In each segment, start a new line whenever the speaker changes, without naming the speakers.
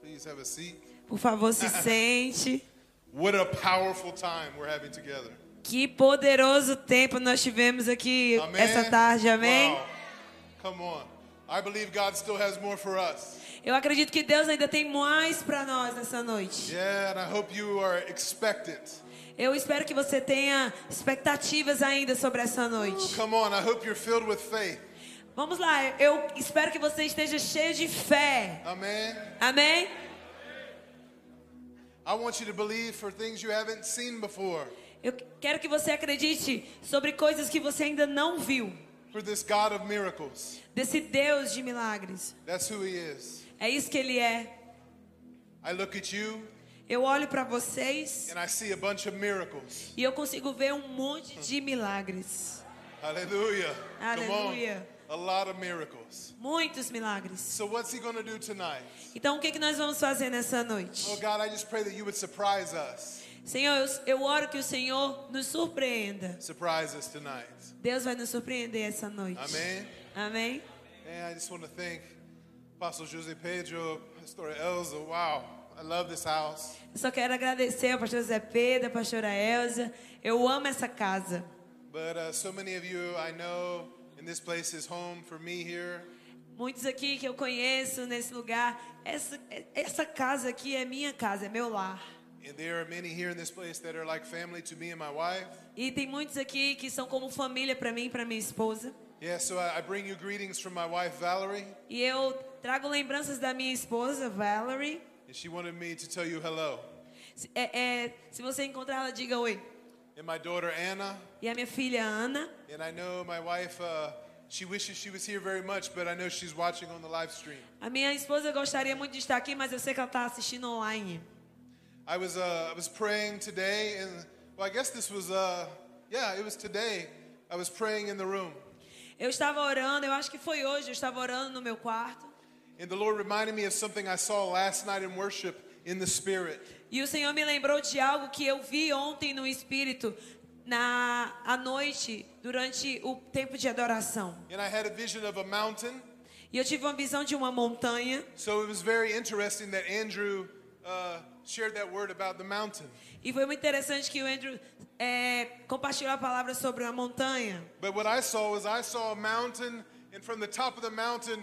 Please have a seat.
Por favor, se sente.
What a powerful time we're having together.
Que poderoso tempo nós tivemos aqui
Amen.
essa tarde, amém?
Wow. Come on. I believe God still has more for us.
Eu acredito que Deus ainda tem mais para nós nessa noite.
Yeah, and I hope you are expectant.
Eu espero que você tenha expectativas ainda sobre essa noite.
Come on, I hope you're filled with faith.
Vamos lá, eu espero que você esteja cheio de fé.
Amen.
Amém?
I want you to believe for things you haven't seen before,
Eu quero que você acredite sobre coisas que você ainda não viu.
for this God of miracles.
Desse Deus de milagres.
That's who He is.
É isso que ele é.
I look at you
Eu olho para vocês
and I see a bunch of miracles.
e eu consigo ver um monte de milagres.
Hallelujah.
Hallelujah.
Come on. A lot of miracles.
Muitos milagres.
So, what's He going to do tonight?
Então, o que, que nós vamos fazer nessa noite?
Oh, God, I just pray that you would surprise us.
Senhor, eu, eu oro que o Senhor nos surpreenda.
Surprise us tonight.
Deus vai nos surpreender essa noite.
Amém.
Amém?
And I just want to thank Apostle Jose Pedro, Pastor Elza. Wow, I love this house.
Eu só quero agradecer ao pastor Zé Pedro, à pastora Elza. Eu amo essa casa.
But uh, so many of you I know, and this place is home for me here.
Muitos aqui que eu conheço nesse lugar. Essa, essa casa aqui é minha casa, é meu lar.
And there are many here in this place that are like family to me and my wife.
E tem muitos aqui que são como família para mim e para minha esposa.
Yeah, so I, I bring you greetings from my wife, Valerie,
E eu trago lembranças da minha esposa, Valerie.
and she wanted me to tell you hello.
Se, é- é, se você encontrar ela, diga oi.
And my daughter, Anna,
E a minha filha, Ana.
and I know my wife, uh, she wishes she was here very much, but I know she's watching on the live stream.
A minha esposa gostaria muito de estar aqui, mas eu sei que ela está assistindo online.
I was uh, I was praying today, and well, I guess this was uh, yeah, it was today. I was praying in the room,
Eu estava orando, eu acho que foi hoje, eu estava orando no meu quarto.
and the Lord reminded me of something I saw last night in worship in the spirit.
E o Senhor me lembrou de algo que eu vi ontem no Espírito, na à noite, durante o tempo de adoração.
And I had a vision of a mountain,
E eu tive uma visão de uma montanha.
so it was very interesting that Andrew uh, shared that word about the mountain.
E foi muito interessante que o Andrew é, compartilhou a palavra sobre a montanha.
But what I saw was I saw a mountain, and from the top of the mountain,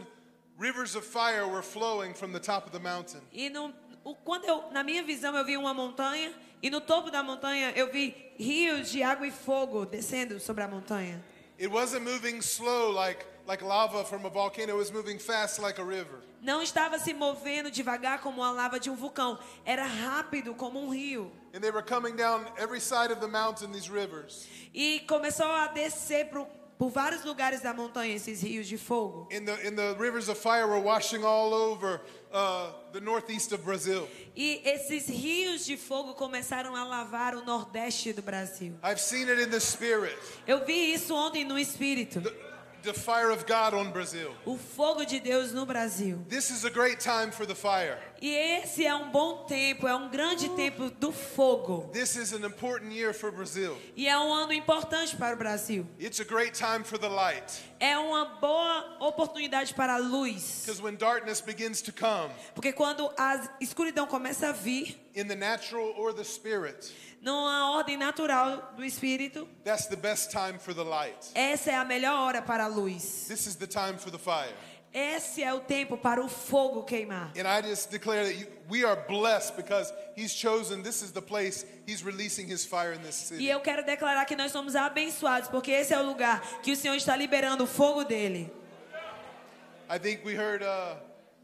rivers of fire were flowing from the top of the mountain.
E no, o- quando eu, na minha visão eu vi uma montanha e no topo da montanha eu vi rios de água e fogo descendo sobre a montanha.
It wasn't moving slow like like lava from a volcano. It was moving fast like a river.
Não estava se movendo devagar como a lava de um vulcão, era rápido como um rio.
And they were coming down every side of the mountain, these rivers.
E começou a descer pro, por vários lugares da montanha esses rios de fogo.
And the, and the rivers of fire were washing all over uh, the northeast of Brazil.
E esses rios de fogo começaram a lavar o nordeste do Brasil.
I've seen it in the spirit
Eu vi isso ontem no espírito.
the, the fire of God on Brazil.
O fogo de Deus no Brasil.
This is a great time for the fire.
E esse é um bom tempo, é um grande tempo do fogo.
This is an important year for Brazil.
E é um ano importante para o Brasil.
It's a great time for the light.
É uma boa oportunidade para a luz.
Because when darkness begins to come,
Porque quando a escuridão começa a vir,
in the natural or the spirit,
numa ordem natural do espírito,
that's the best time for the light.
essa é a melhor hora para a luz.
This is the time for the fire.
Esse é o tempo para o fogo queimar.
And I just declare that you, we are blessed because He's chosen. This is the place He's releasing His fire in this
E
city.
eu quero declarar que nós somos abençoados, porque esse é o lugar que o Senhor está liberando o fogo dele.
I think we heard uh,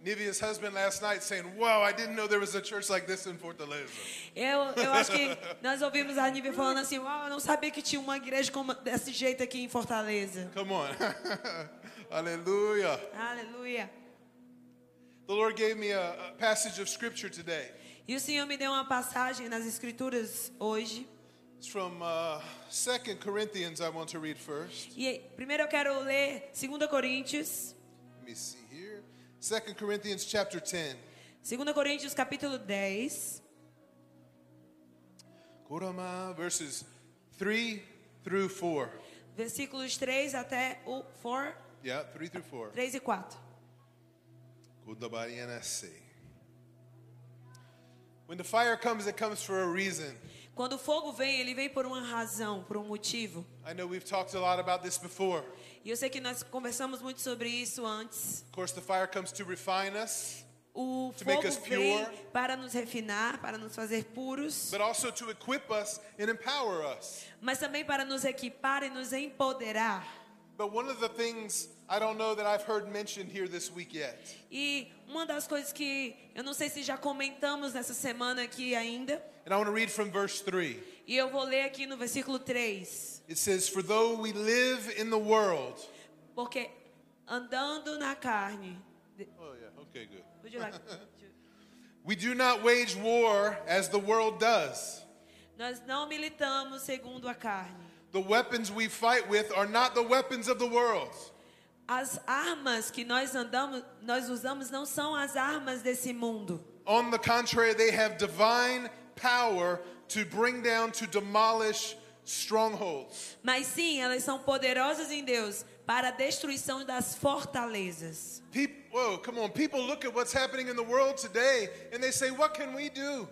Nivea's husband last night saying, Wow, I didn't know there was a church like this in Fortaleza.
Eu, eu acho que nós ouvimos a Nívia falando assim: Uau, eu não sabia que tinha uma igreja como- desse jeito aqui em Fortaleza.
Come on. Hallelujah.
Aleluia.
The Lord gave me a, a passage of scripture today.
E o Senhor me deu uma passagem nas Escrituras hoje.
It's from uh, 2 Corinthians, I want to read first.
E primeiro eu quero ler 2 Coríntios,
Let me see here. 2 Corinthians chapter 10.
2 Coríntios capítulo 10,
Kurama, verses 3 through 4.
versículos 3 até o 4,
Yeah, 3 through 4.
3 e 4.
Kudabariana se. When the fire comes, it comes for a reason.
Quando o fogo vem, ele vem por uma razão, por um motivo.
I know we've talked a lot about this before.
E eu sei que nós conversamos muito sobre isso antes.
Of course, the fire comes to refine us,
O
To make
fogo
us
vem
pure.
para nos refinar, para nos fazer puros,
but also to equip us and empower us.
mas também para nos equipar e nos empoderar.
But one of the things I don't know that I've heard mentioned here this week yet
E uma das coisas que eu não sei se já comentamos nessa semana aqui ainda,
And I want to read from verse 3.
e eu vou ler aqui no versículo 3.
It says, For though we live in the world.
Porque andando na carne. de-
Oh, yeah. Okay, good.
Would you like-
We do not wage war as the world does.
Nós não militamos segundo a carne.
The weapons we fight with are not the weapons of the world,
As armas que nós andamos, nós usamos não são as armas desse mundo.
on the contrary, they have divine power to bring down, to demolish strongholds.
Mas sim, elas são poderosas em Deus para a destruição das fortalezas.
People, whoa, come on. People look at what's happening in the world today and they say, What can we do?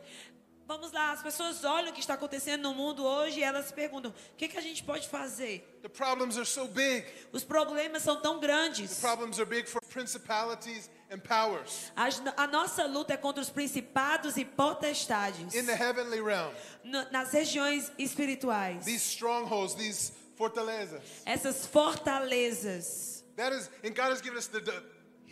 Vamos lá, as pessoas olham o que está acontecendo no mundo hoje e elas perguntam: o que, que a gente pode fazer?
The problems are so big.
Os problemas são tão
The
grandes.
problems are big for principalities and powers.
As- a nossa luta é contra os principados e potestades
in the heavenly realm.
no- nas regiões espirituais.
These strongholds, these fortalezas.
Essas fortalezas.
That is, and God has given us the, the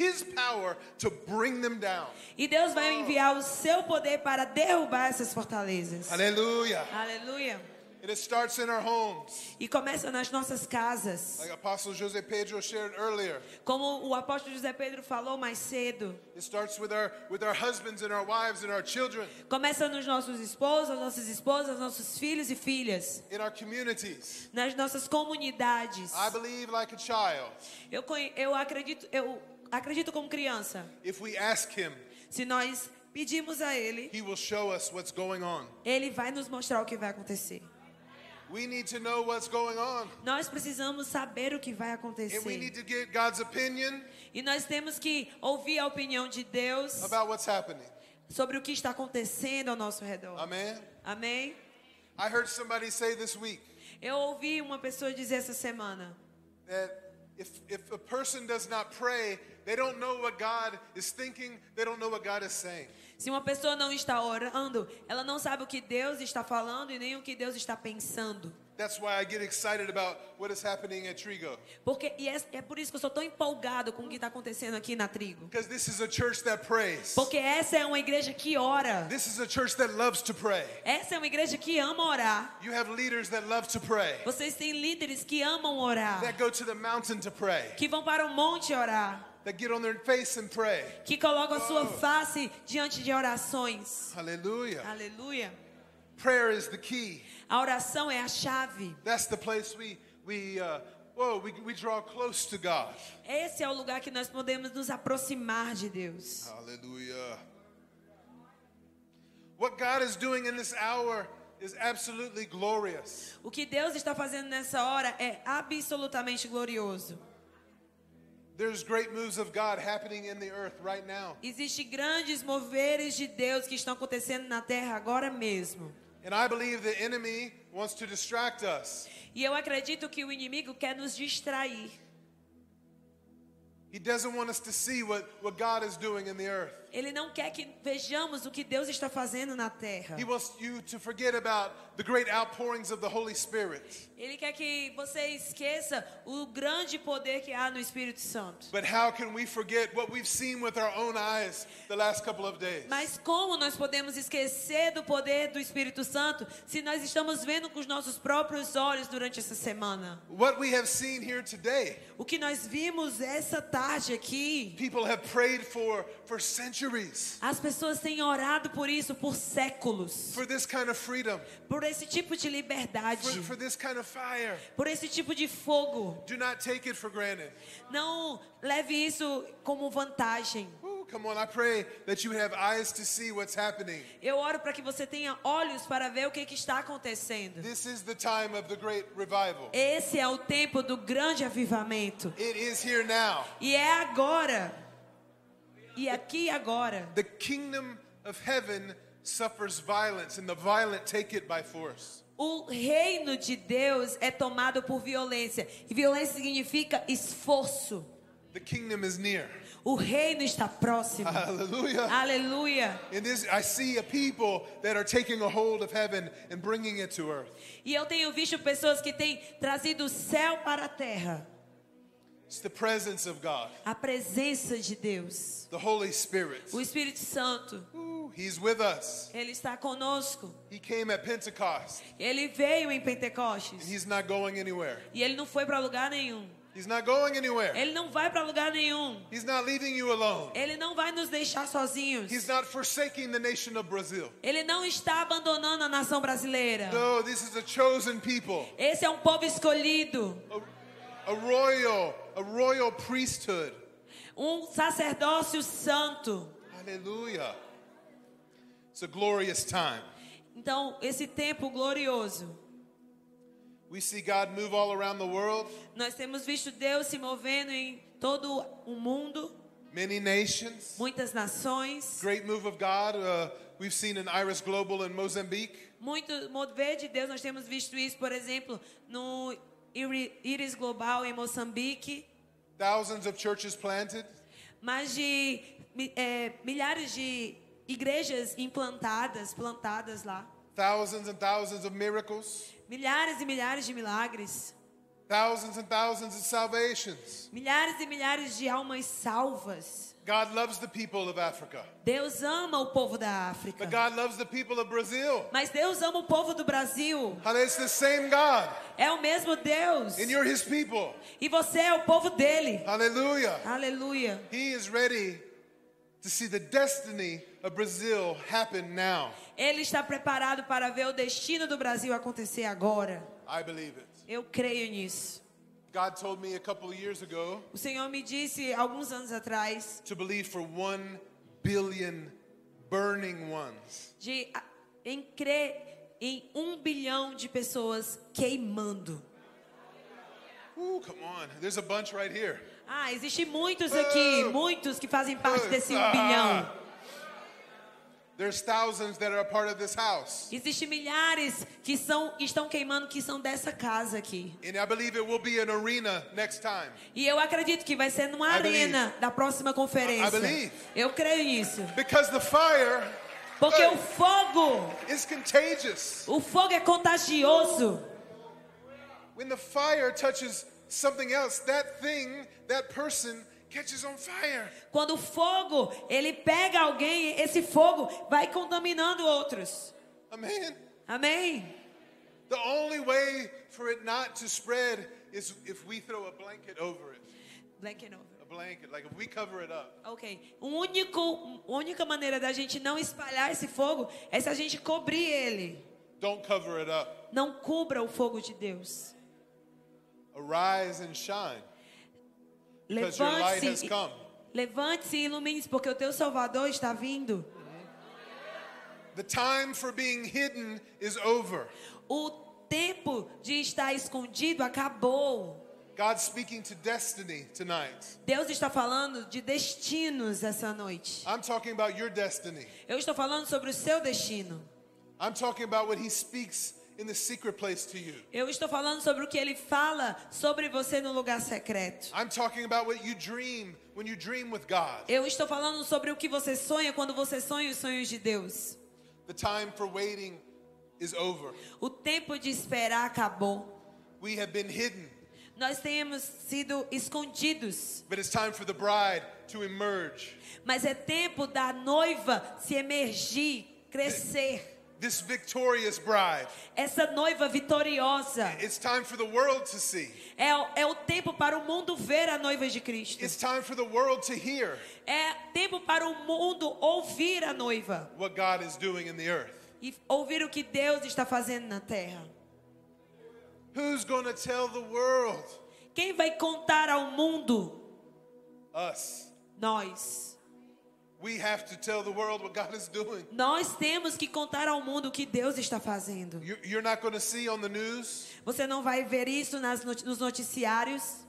His power to bring them down.
E Deus vai enviar o seu poder para derrubar essas fortalezas.
Hallelujah.
Aleluia.
And it starts in our homes,
E começa nas nossas casas.
like Apostle Jose Pedro shared earlier.
Como o apóstolo José Pedro falou mais cedo.
It starts with our with our husbands and our wives and our children,
Começa nos nossos esposos, nossas esposas, nossos filhos e filhas.
in our communities.
Nas nossas comunidades.
I believe like a child.
Eu, conhe- eu acredito, eu acredito como criança.
If we ask Him,
Se nós pedimos a Ele,
He will show us what's going on.
Ele vai nos mostrar o que vai acontecer.
We need to know what's going on,
Nós precisamos saber o que vai
and we need
acontecer.
to get God's opinion
E nós temos que ouvir a opinião de Deus
about what's happening.
sobre o que está acontecendo ao nosso redor.
Amen.
Amém?
I heard somebody say this week
Eu ouvi uma pessoa dizer essa semana
that if, if a person does not pray, they don't know what God is thinking, they don't know what God is saying.
Se uma pessoa não está orando, ela não sabe o que Deus está falando e nem o que Deus está pensando.
That's why I get excited about what is happening at Trigo.
Porque e é, é por isso que eu sou tão empolgado com o que está acontecendo aqui na trigo.
Because this is a church that prays.
Porque essa é uma igreja que ora.
This is a church that loves to pray.
Essa é uma igreja que ama orar.
You have leaders that love to pray,
Vocês têm líderes que amam orar,
that go to the mountain to pray,
que vão para o monte orar,
that get on their face and pray.
que colocam a sua face diante de orações. Ah.
Hallelujah.
Aleluia.
Prayer is the key.
A oração é a chave.
That's the place we, we, uh, whoa, we, we draw close to God.
Esse é o lugar que nós podemos nos aproximar de Deus.
Hallelujah. What God is doing in this hour is absolutely glorious.
O que Deus está fazendo nessa hora é absolutamente glorioso.
There's great moves of God happening in the earth right now.
Existem grandes moveres de Deus que estão acontecendo na terra agora mesmo.
And I believe the enemy wants to distract us.
E eu acredito que o inimigo quer nos distrair.
He doesn't want us to see what, what God is doing in the earth.
Ele não quer que vejamos o que Deus está fazendo na terra.
He wants you to forget about the great outpourings of the Holy Spirit.
Ele quer que você esqueça o grande poder que há no Espírito Santo.
But how can we forget what we've seen with our own eyes the last couple of days?
Mas como nós podemos esquecer do poder do Espírito Santo se nós estamos vendo com os nossos próprios olhos durante essa semana?
What we have seen here today.
O que nós vimos essa tarde aqui,
People have prayed for for centuries
as pessoas têm orado por isso por séculos,
for this kind of freedom,
por esse tipo de
for,
liberdade,
for this kind of fire.
por esse tipo de fogo.
Do not take it for granted.
Não leve isso como vantagem.
Woo, come on, I pray that you have eyes to see what's happening.
Eu oro para que você tenha olhos para ver o que, que está acontecendo.
This is the time of the great revival.
Esse é o tempo do grande avivamento.
It is here now.
E é agora. E aqui e agora.
The kingdom of heaven suffers violence, and the violent take it by force.
O reino de Deus é tomado por violência. E violência significa esforço.
The kingdom is near.
O reino está próximo.
Hallelujah.
Aleluia.
It is, I see a people that are taking a hold of heaven and bringing it to earth.
E eu tenho visto pessoas que têm trazido o céu para a terra.
It's the presence of God,
A presença de Deus.
the Holy Spirit.
O Espírito Santo,
Ooh, He's with us.
ele está conosco.
He came at Pentecost,
Ele veio em
and
Pentecostes.
He's not going anywhere.
E ele não foi para lugar nenhum.
He's not going anywhere.
Ele não vai para lugar nenhum.
He's not leaving you alone.
Ele não vai nos deixar sozinhos.
He's not forsaking the nation of Brazil.
Ele não está abandonando a nação brasileira.
No, this is a chosen people,
Esse é um povo escolhido,
a, a royal, a royal priesthood.
um sacerdócio santo.
Hallelujah. It's a glorious time.
Então, esse tempo glorioso,
We see God move all around the world,
nós temos visto Deus se movendo em todo o mundo,
many nations.
muitas nações,
Great move of God. Uh, we've seen in Iris Global in Mozambique.
muito mover de Deus. Nós temos visto isso, por exemplo, no Iri- Íris Global em Moçambique,
Thousands of churches planted.
mais de mi- eh, milhares de igrejas implantadas, plantadas lá,
Thousands and thousands of miracles.
milhares e milhares de milagres.
Thousands and thousands of salvations.
Milhares e milhares de almas salvas.
God loves the people of Africa.
Deus ama o povo da África.
But God loves the people of Brazil.
Mas Deus ama o povo do Brasil.
And it's the same God.
É o mesmo Deus.
And you're his people.
E você é o povo dele.
Hallelujah.
Aleluia.
He is ready to see the destiny of Brazil happen now.
Ele está preparado para ver o destino do Brasil acontecer agora.
I believe it.
Eu creio nisso.
God told me a couple of years ago
O Senhor me disse alguns anos atrás
to believe for one billion burning ones.
de ah, em crer em um bilhão de pessoas queimando.
Ooh, come on. There's a bunch right here.
Ah, existem muitos aqui,
Ah.
muitos que fazem parte desse um
Ah.
bilhão.
There's thousands that are a part of this house.
Existem milhares que são, que estão queimando, que são dessa casa aqui.
And I believe it will be an arena next time.
E eu acredito que vai ser numa
I believe.
arena da próxima
I
conferência.
believe.
Eu creio nisso.
Because the fire
Porque
Hey.
o fogo,
is contagious.
o fogo é contagioso.
When the fire touches something else, that thing, that person catches on fire.
Quando o fogo, ele pega alguém, esse fogo vai contaminando outros.
Amen.
Amém?
The only way for it not to spread is if we throw a blanket over it.
Black and over.
A blanket, like if we cover it up.
Ok. O único, a única maneira da gente não espalhar esse fogo é se a gente cobrir ele.
Don't cover it up.
Não cubra o fogo de Deus.
Arise and shine. Because your light has
Levante-se. e-
come.
Levante-se e ilumine-se, porque o teu Salvador está vindo.
The time for being hidden is over.
O tempo de estar escondido acabou.
God's speaking to destiny tonight.
Deus está falando de destinos essa noite.
I'm talking about your destiny.
Eu estou falando sobre o seu destino.
I'm talking about what He speaks in the secret place to you.
Eu estou falando sobre o que ele fala sobre você no lugar secreto.
I'm talking about what you dream when you dream with God.
Eu estou falando sobre o que você sonha quando você sonha os sonhos de Deus.
The time for waiting is over.
O tempo de esperar acabou.
We have been hidden,
Nós temos sido escondidos,
but it's time for the bride to emerge.
mas é tempo da noiva se emergir, crescer.
This victorious bride.
Essa noiva vitoriosa.
It's time for the world to see.
É, o- é o tempo para o mundo ver a noiva de Cristo.
It's time for the world to hear
É tempo para o mundo ouvir a noiva
what God is doing in the earth.
e ouvir o que Deus está fazendo na terra.
Who's going to tell the world?
Quem vai contar ao mundo?
Us.
Nós.
We have to tell the world what God is doing.
Nós temos que contar ao mundo o que Deus está fazendo.
You- You're not going to see on the news?
Você não vai ver isso nas not- nos noticiários?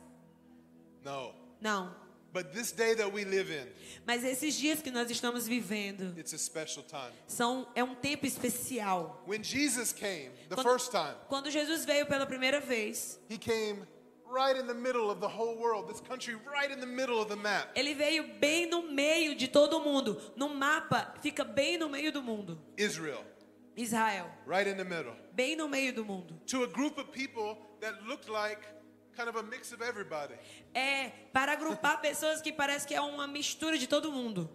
No.
Não.
But this day that we live in,
Mas esses dias que nós estamos vivendo
it's a special time.
são é um tempo especial.
When Jesus came the
Quando-
first time,
Quando Jesus veio pela primeira vez,
he came right in the middle of the whole world, this country right in the middle of the map.
ele veio bem no meio de todo mundo. No mapa fica bem no meio do mundo.
Israel,
Israel,
right in the middle.
bem no meio do mundo.
To a group of people that looked like kind of a mix of everybody.
É para agrupar pessoas que parece que é uma mistura de todo mundo.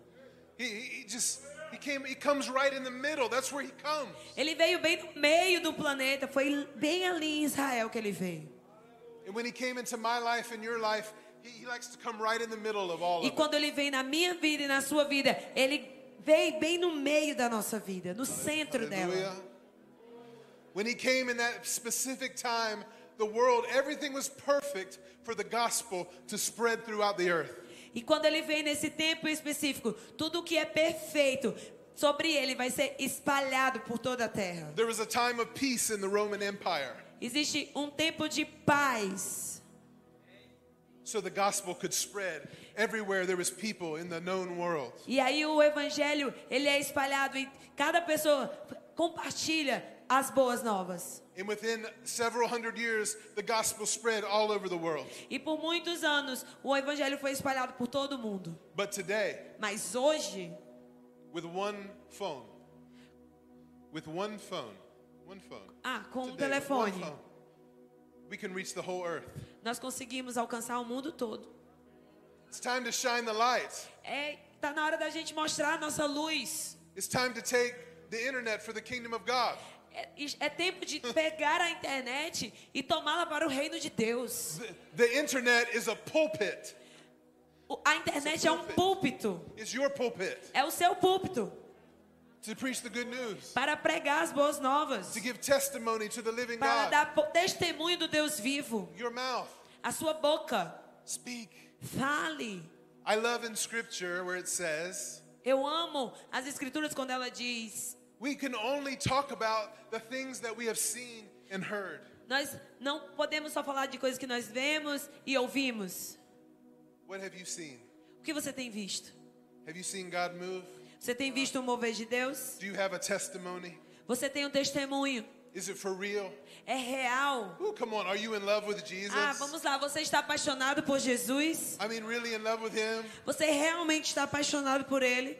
He, he he just he came he comes right in the middle. That's where he comes.
Ele veio bem no meio do planeta, foi bem ali em Israel que ele veio.
And when he came into my life and your life, he, he likes to come right in the middle of all
E
of it.
quando ele vem na minha vida e na sua vida, ele vem bem no meio da nossa vida, no centro dela.
When he came in that specific time, the world, everything was perfect for the gospel to spread throughout the earth.
E quando ele vem nesse tempo específico, tudo que é perfeito sobre ele vai ser espalhado por toda a terra.
There was a time of peace in the Roman Empire,
Existe um tempo de paz
so the gospel could spread everywhere there was people in the known world.
E aí o evangelho, ele é espalhado e cada pessoa compartilha as boas novas.
And within several hundred years, the gospel spread all over the world.
E por muitos anos o evangelho foi espalhado por todo mundo.
But today,
Mas hoje,
with one phone, with one phone, one phone.
ah, com um
Today, with one
telefone,
phone, we can reach the whole earth.
nós conseguimos alcançar o mundo todo.
It's time to shine the light.
É, tá na hora da gente mostrar a nossa luz.
It's time to take the internet for the kingdom of God.
É, é tempo de pegar a internet e tomá-la para o reino de Deus.
The, the internet is a pulpit.
O- A internet é um púlpito.
It's your pulpit
É o seu púlpito
to preach the good news,
para pregar as boas novas.
to give testimony to the living
para
God.
dar po- testemunho do Deus vivo.
Your mouth,
A sua boca,
speak.
fale.
I love in scripture where it says,
Eu amo as escrituras quando ela diz:
we can only talk about the things that we have seen and heard.
Nós não podemos só falar de coisas que nós vemos e ouvimos.
What have you seen?
O que você tem visto?
Have you seen God move?
Você tem visto o mover de Deus?
Do you have a testimony?
Você tem um testemunho?
Is it for real?
É real?
Ooh, come on, are you in love with Jesus?
Ah, vamos lá, você está apaixonado por Jesus?
I mean, really in love with Him?
Você realmente está apaixonado por Ele?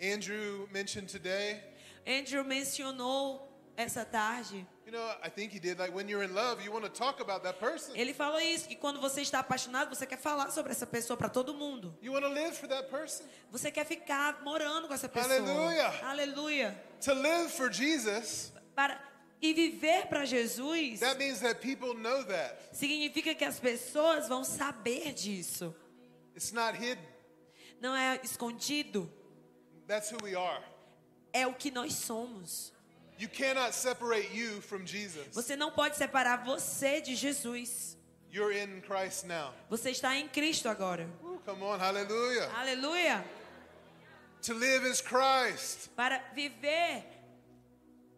Andrew mentioned today,
Andrew mencionou essa tarde.
you know, I think he did, like when you're in love, you want to talk about that person.
Ele falou isso, que quando você está apaixonado, você quer falar sobre essa pessoa para todo mundo.
You want to live for that person.
Você quer ficar morando com essa pessoa.
Aleluia.
Aleluia.
To live for Jesus,
Para e viver para Jesus
that means that people know that.
significa que as pessoas vão saber disso.
It's not hidden.
Não é escondido,
That's who we are.
é o que nós somos.
You cannot separate you from Jesus.
Você não pode separar você de Jesus.
You're in Christ now.
Você está em Cristo agora.
Ooh, come on, hallelujah.
Aleluia.
To live is Christ.
Para viver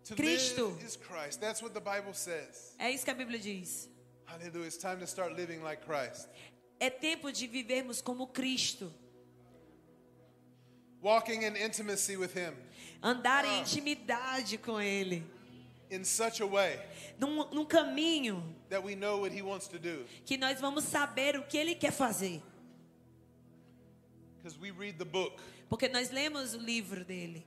To
Cristo.
live is Christ. That's what the Bible says.
é isso que a Bíblia diz.
Hallelujah. It's time to start living like Christ.
É tempo de vivermos como Cristo,
Walking in intimacy with Him
andar em
Ah.
intimidade com Ele,
in such a way
num, num caminho
that we know what He wants to do.
que nós vamos saber o que ele quer fazer,
Because we read the book
porque nós lemos o livro dele.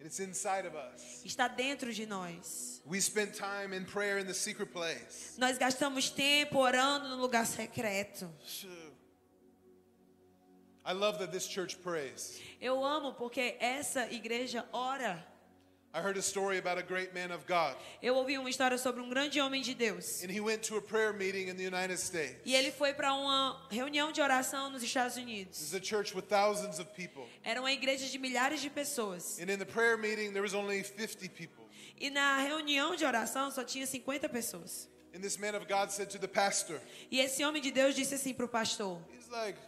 and it's inside of us.
Está dentro de nós.
We spent time in prayer in the secret place.
Nós gastamos tempo orando no lugar secreto.
Shoo. I love that this church prays.
Eu amo porque essa igreja ora.
I heard a story about a great man of God,
Eu ouvi uma história sobre um grande homem de Deus.
and he went to a prayer meeting in the United States.
E ele foi para uma reunião de oração nos Estados
This
Unidos.
is a church with thousands of people.
Era uma igreja de milhares de pessoas.
And in the prayer meeting, there was only 50 people.
E na reunião de oração só tinha 50 pessoas.
And this man of God said to the pastor,
E esse homem de Deus disse assim para o pastor:
he's like,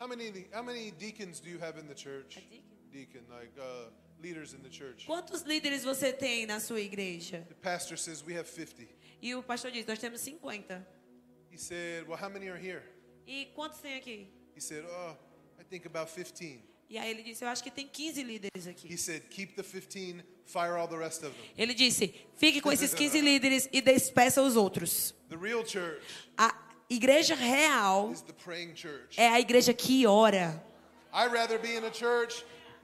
how many, how many deacons do you have in the church?
A deacon?
Deacon, like uh, leaders in the church.
Quantos líderes você tem na sua igreja?
The pastor says, we have 50.
E o pastor diz: Nós temos 50.
He said, well, how many are here?
E quantos tem aqui?
He said, Oh, I think about 15.
E aí ele disse: Eu acho que tem 15 líderes
He
aqui.
said, Keep the 15, fire all the rest of them.
Ele disse: Fique com esses 15 líderes e despeça os outros.
The real church
A igreja real
is the praying church.
é a igreja que ora.
I'd rather be in a church.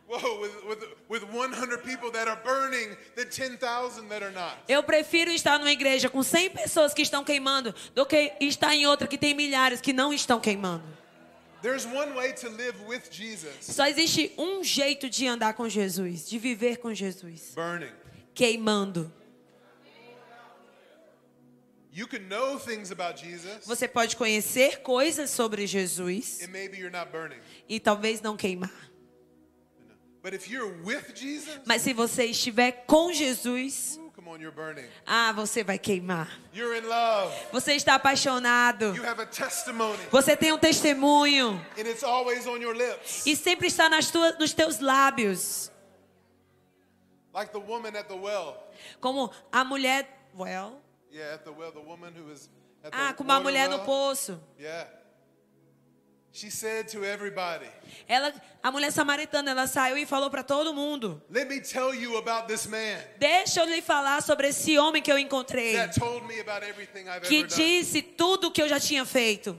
Whoa, with, with, with 100 people that are burning than 10,000 that are not.
Eu prefiro estar numa igreja com 100 pessoas que estão queimando do que estar em outra que tem milhares que não estão queimando.
There's one way to live with Jesus
Só existe um jeito de andar com Jesus, de viver com Jesus:
burning.
queimando.
You can know things about Jesus,
Você pode conhecer coisas sobre Jesus
and maybe you're not burning.
e talvez não queimar.
But if you're with Jesus,
Mas se você estiver com Jesus,
ooh, come on, you're burning.
ah, você vai queimar.
You're in love.
Você está apaixonado.
You have a testimony,
Você tem um testemunho
and it's always on your lips.
e sempre está nas tuas, nos teus lábios,
Like the woman at the well.
como a mulher, well,
Yeah, at the well, the woman who was at the
ah, como a
water
mulher no
well.
poço.
Yeah. She said to everybody,
Ela, a mulher samaritana, ela saiu e falou para todo mundo:
Let me tell you about this man
"Deixa eu lhe falar sobre esse homem que eu encontrei,
that told me about everything I've
que
ever done.
disse tudo o que eu já tinha feito.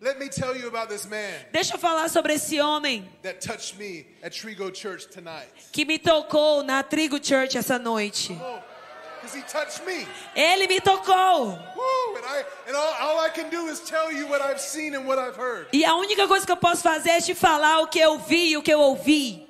Let me tell you about this man
Deixa eu falar sobre esse homem
that touched me at Trigo Church tonight.
que me tocou na Trigo Church essa noite.
Oh, because he touched me.
Ele me tocou."
Woo! And I and all, all I can do is tell you what I've seen and what I've heard.
E a única coisa que eu posso fazer é te falar o que eu vi e o que eu ouvi.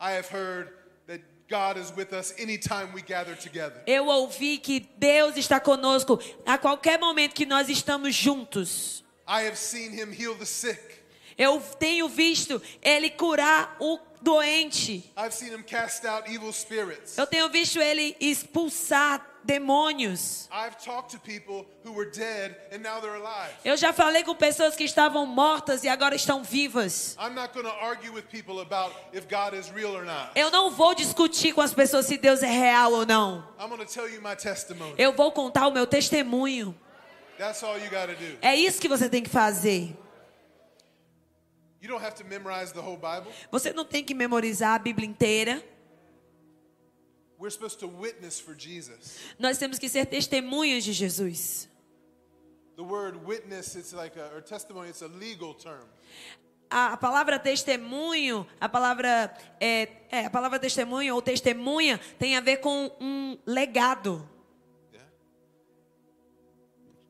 I have heard that God is with us anytime we gather together.
Eu ouvi que Deus está conosco a qualquer momento que nós estamos juntos.
I have seen him heal the sick.
Eu tenho visto Ele curar o doente.
I've seen him cast out evil spirits.
Eu tenho visto Ele expulsar demônios.
I've talked to people who were dead and now they're alive.
Eu já falei com pessoas que estavam mortas e agora estão vivas.
I'm not going to argue with people about if God is real or not.
Eu não vou discutir com as pessoas se Deus é real ou não.
I'm going to tell you my testimony.
Eu vou contar o meu testemunho.
That's all you got to do.
É isso que você tem que fazer.
You don't have to memorize the whole Bible.
Você não tem que memorizar a Bíblia inteira.
We're supposed to witness for Jesus.
Nós temos que ser testemunhas de Jesus.
The word witness, it's like a, or testimony, it's a legal term.
A, a palavra testemunho, a palavra é, é, a palavra testemunho ou testemunha tem a ver com um legado.
Yeah.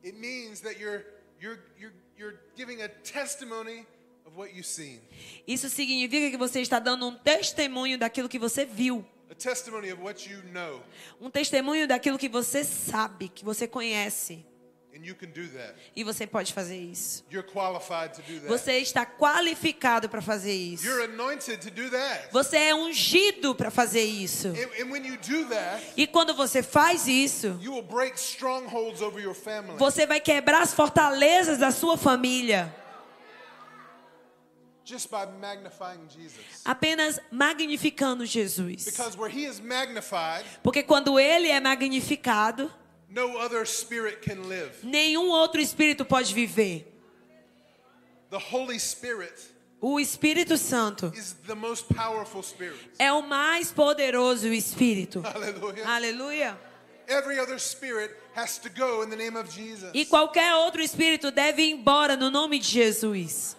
It means that you're you're you're you're giving a testimony of what you've seen,
Isso significa que você está dando um testemunho daquilo que você viu,
a testimony of what you know,
um testemunho daquilo que você sabe, que você conhece,
and you can do that.
e você pode fazer isso.
You're qualified to do that.
Você está qualificado para fazer isso.
You're anointed to do that.
Você é ungido para fazer isso.
And, and when you do that,
E quando você faz isso,
you will break strongholds over your family.
Você vai quebrar as fortalezas da sua família
just by magnifying Jesus.
apenas magnificando Jesus.
Because where he is magnified,
Porque quando ele é magnificado,
no other spirit can live.
nenhum outro espírito pode viver.
The Holy Spirit
O Espírito Santo
is the most powerful spirit.
é o mais poderoso espírito.
Hallelujah.
Aleluia.
Every other spirit has to go in the name of Jesus.
E qualquer outro espírito deve ir embora no nome de Jesus.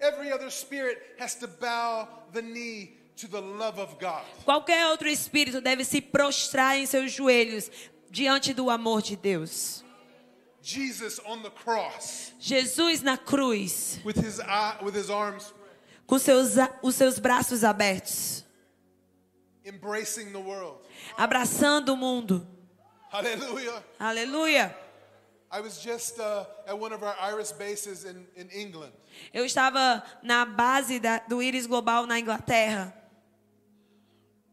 Every other spirit has to bow the knee to the love of God.
Qualquer outro espírito deve se prostrar em seus joelhos diante do amor de Deus.
Jesus on the cross
Jesus na cruz,
with his eye, with his arms
com seus, a- os seus braços abertos.
embracing the world.
abraçando o mundo.
Hallelujah.
Aleluia!
I was just uh, at one of our Iris bases in, in England.
Eu estava na base da- do Íris Global na Inglaterra.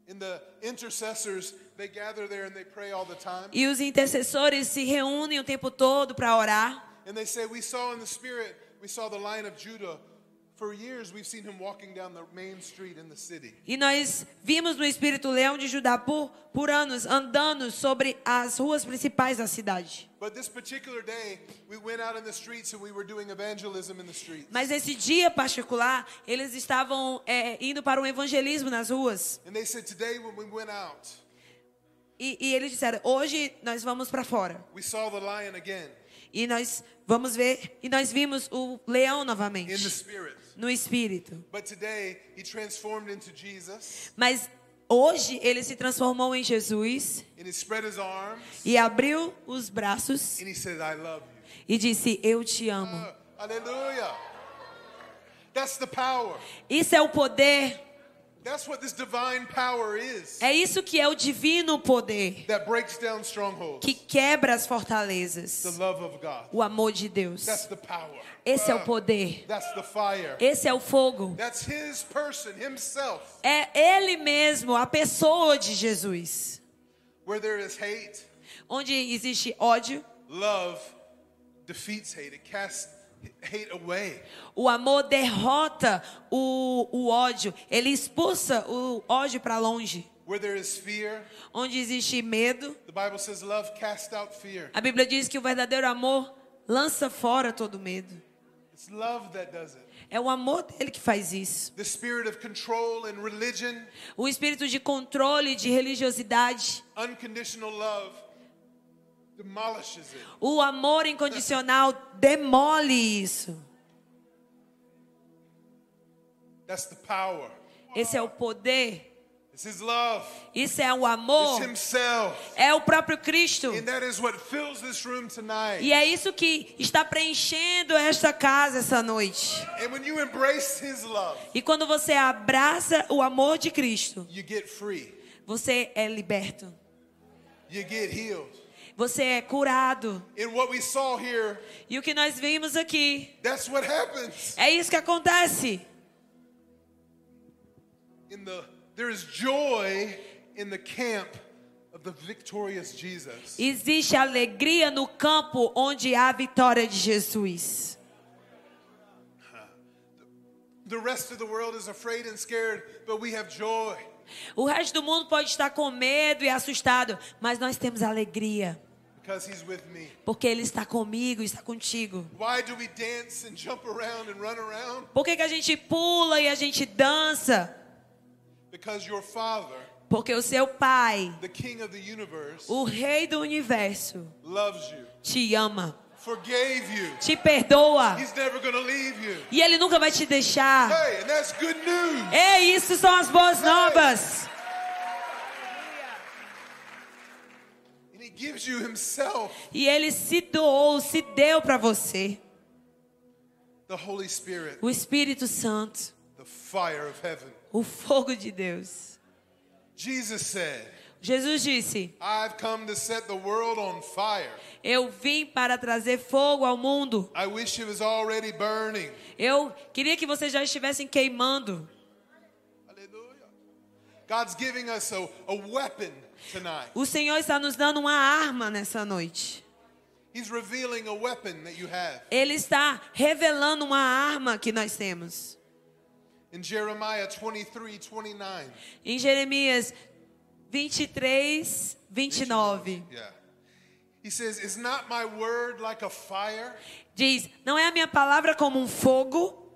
And the intercessors, they gather there and they pray all the time.
E os intercessores se reúnem o tempo todo para orar.
And they say, We saw in the spirit, we saw the line of Judah For years, we've seen him walking down the main street in the city.
E nós vimos no Espírito Leão de Judá por, por anos andando sobre as ruas principais da cidade.
But this particular day, we went out in the streets and we were doing evangelism in the streets.
Mas nesse dia particular, eles estavam é, indo para o evangelismo nas ruas.
And they said, Today, when we went out,
E, e eles disseram: hoje nós vamos para fora.
we saw the lion again
E nós vamos ver. E nós vimos o leão
in the
novamente
spirit.
no Espírito.
But today, he transformed into Jesus
Mas hoje ele se transformou em Jesus
and he spread his arms
e abriu os braços
and he said, I love you. Uh,
e disse: Eu te amo.
Hallelujah. That's the power.
Isso é o poder.
That's what this divine power is
É isso que é o divino poder
that breaks down strongholds.
que quebra as
The
fortalezas.
love of God.
O amor de Deus.
That's the power.
Esse é o
Ah,
poder.
That's the fire.
Esse é o fogo.
That's his person, himself.
É ele mesmo, a pessoa de Jesus.
Where there is hate,
Onde existe ódio,
love defeats hate. It casts hate away.
o amor derrota o, o ódio. Ele expulsa o ódio para longe.
Where there is fear,
Onde existe medo,
the Bible says love casts out fear.
a Bíblia diz que o verdadeiro amor lança fora todo medo.
It's love that does it.
É o amor dele que faz isso.
The spirit of control and religion,
O espírito de controle, de religiosidade,
unconditional love, demolishes it.
o amor incondicional demole isso.
That's the power.
Esse é o poder,
It's his love.
isso é o
It's
amor,
himself.
é o próprio Cristo.
And that is what fills this room tonight.
E é isso que está preenchendo esta casa essa noite.
And when you embrace his love,
E quando você abraça o amor de Cristo,
you get free.
você é liberto.
You get healed.
Você é curado.
And what we saw here,
E o que nós vimos aqui
that's what happens.
É isso que acontece.
In the there is joy in the camp of the victorious Jesus.
Existe alegria no campo onde há a vitória de Jesus.
The rest of the world is afraid and scared, but we have joy.
O resto do mundo pode estar com medo e assustado, mas nós temos alegria,
Because he's with me.
porque Ele está comigo, está contigo.
Why do we dance and jump around and run around?
Por que, que a gente pula e a gente dança?
Because your Father,
Porque o seu Pai,
the King of the universe,
o Rei do universo,
loves you,
te ama,
forgave you.
te perdoa
He's never going to leave you.
e Ele nunca vai te deixar.
Hey, and that's good news.
É isso, são as boas novas.
And he gives you himself,
E Ele se doou, se deu para você.
the Holy Spirit,
O Espírito Santo,
the fire of heaven.
o fogo de Deus.
Jesus said,
Jesus disse:
I've come to set the world on fire.
Eu vim para trazer fogo ao mundo.
I wish it was already burning.
Eu queria que vocês já estivessem queimando.
Hallelujah. God's giving us a, a weapon tonight.
O Senhor está nos dando uma arma nessa noite.
He's revealing a weapon that you have.
Ele está revelando uma arma que nós temos.
In Jeremiah 23 29.
Em Jeremias 23, 29,
Yeah. He says, Is not my word like a fire,
diz: Não é a minha palavra como um fogo,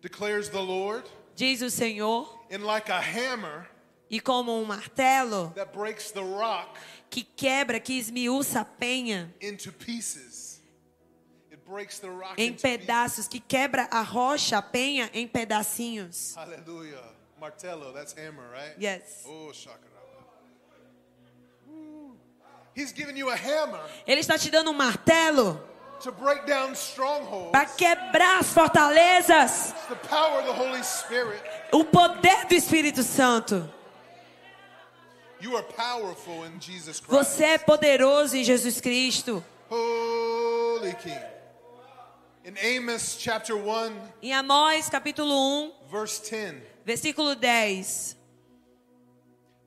declares the Lord,
diz o Senhor,
and like a hammer
e como um martelo
that breaks the rock
que quebra, que esmiuça a penha.
into pieces? It breaks the rock
em
into pieces.
pedaços, que quebra a rocha, a penha em pedacinhos.
Hallelujah. Martello, that's hammer, right?
Yes.
Oh, shakarama. He's giving you a hammer
Ele está te dando um martelo
to break down strongholds.
para quebrar as fortalezas,
It's the power of the Holy Spirit.
o poder do Espírito Santo.
You are powerful in Jesus Christ.
Você é poderoso em Jesus Cristo.
Holy King. In Amos chapter 1,
Em Amós capítulo 1,
verse 10,
versículo 10,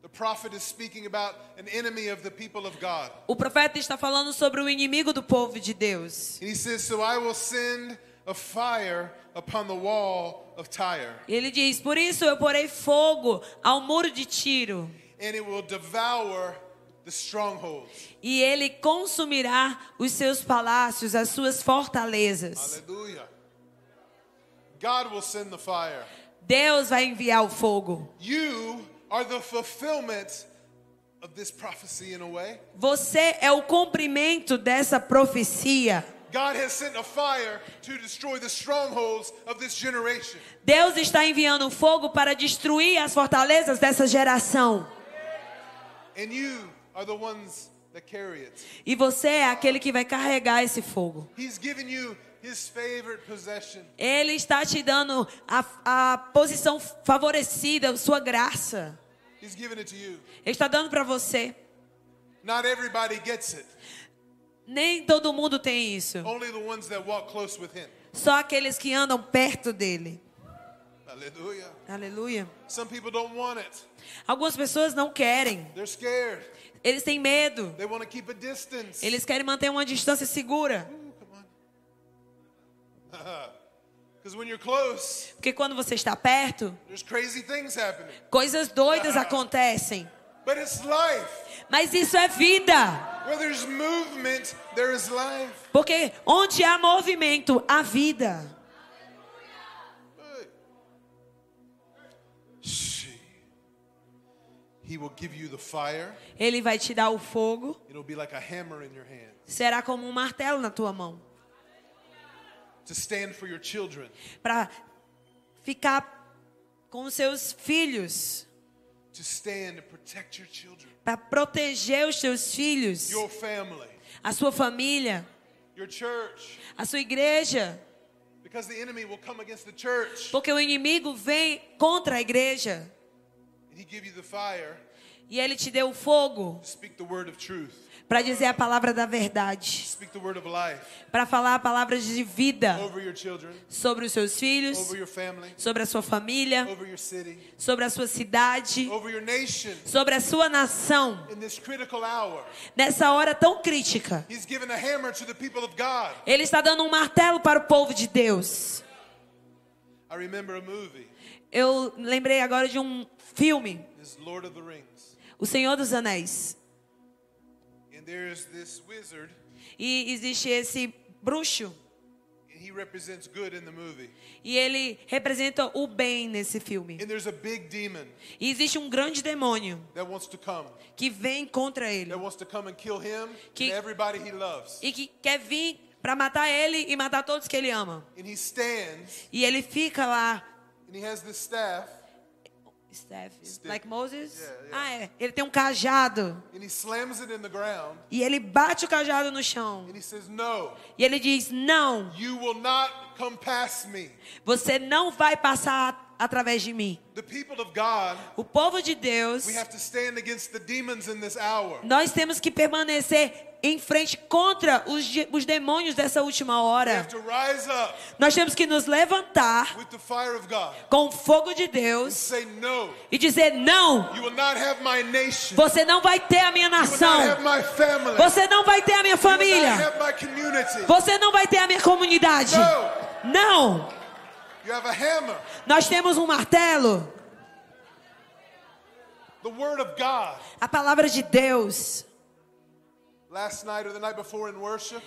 the prophet is speaking about an enemy of the people of God.
o profeta está falando sobre o inimigo do povo de Deus.
And he says, So I will send of fire upon the wall of Tyre,
E ele diz: Por isso eu porei fogo ao muro de Tiro,
and it will devour the strongholds.
e ele consumirá os seus palácios, as suas fortalezas.
Hallelujah. God will send the fire.
Deus vai enviar o fogo.
You are the fulfillment of this prophecy in a way.
Você é o cumprimento dessa profecia.
God has sent a fire to destroy the strongholds of this generation.
Deus está enviando um fogo para destruir as fortalezas dessa geração.
And you are the ones that carry it.
E você é aquele que vai carregar esse fogo.
He's given you his favorite possession.
Ele está te dando a, a posição favorecida, sua graça.
He's given it to you.
Ele está dando para você.
Not everybody gets it.
Nem todo mundo tem isso.
Only the ones that walk close with him.
Só aqueles que andam perto dele.
Hallelujah.
Aleluia.
Some people don't want it.
Algumas pessoas não querem.
They're scared.
Eles têm medo.
They want to keep a distance.
Eles querem manter uma distância segura.
Ooh, come on. Because when you're close,
Porque quando você está perto,
there's crazy things happening.
coisas doidas acontecem.
But it's life.
Mas isso é vida.
Where there's movement, there is life.
Porque onde há movimento, há vida.
She. He will give you the fire.
Ele vai te dar o fogo.
It'll be like a hammer in your hand
Será como um martelo na tua mão.
to stand for your children.
Para ficar com os seus filhos.
To stand and protect your children,
Para proteger os seus filhos.
your family,
a sua família,
your church.
a sua igreja,
Because the enemy will come against the church.
porque o inimigo vem contra a igreja
And he give you the fire
e ele te deu o fogo
to speak the word of truth,
para dizer a palavra da verdade,
speak the word of life
para falar palavras de vida
over your children,
sobre os seus filhos,
over your family,
sobre a sua família,
over your city,
sobre a sua cidade,
over your nation.
sobre a sua nação.
In this critical hour,
Nessa hora tão crítica,
he's given a hammer to the people of God.
ele está dando um martelo para o povo de Deus.
I remember a movie,
Eu lembrei agora de um filme,
it's Lord of the Rings.
O Senhor dos Anéis,
And there's this wizard,
e existe esse bruxo
and he represents good in the movie.
E ele representa o bem nesse filme.
And there's a big demon
E existe um grande demônio
that wants to come,
que vem contra ele
that wants to come and kill him
Que-
and everybody he loves.
e que quer vir para matar ele e matar todos que ele ama.
And he stands,
E ele fica lá,
and he has this staff,
Steph,
Steph.
like Moses.
Yeah, yeah.
Ah, é. Ele tem um cajado
and he slams it in the ground,
e ele bate o cajado no chão.
and he says, No,
E ele diz: "Não,
you will not come past me.
você não vai passar através de mim."
The people of God,
O povo de Deus,
we have to stand against the demons in this hour.
nós temos que permanecer em frente contra os, de- os demônios dessa última
We
hora.
have to rise up
Nós temos que nos levantar
with the fire of God
com o fogo de
and
Deus
say, No,
e dizer: não,
you will not have my nation.
você não vai ter a minha
You will not have
nação,
my family.
você não vai ter a minha
You will not
família,
have my community.
você não vai ter a minha comunidade.
No.
Não,
You have a hammer,
nós temos um martelo,
the word of God.
a palavra de Deus.
Last night or the night before in worship,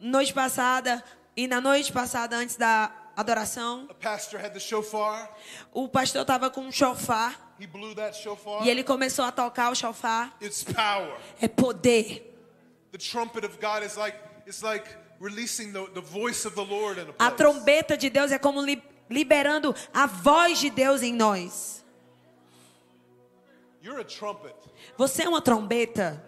Noite passada e na noite passada antes da adoração,
a pastor had the shofar.
o pastor estava com um chofar
He blew that shofar.
e ele começou a tocar o chofar.
It's power.
É poder.
The trumpet of God is like it's like releasing the, the voice of the Lord in a
A
place.
trombeta de Deus é como li- liberando a voz de Deus em nós.
You're a trumpet.
Você é uma trombeta.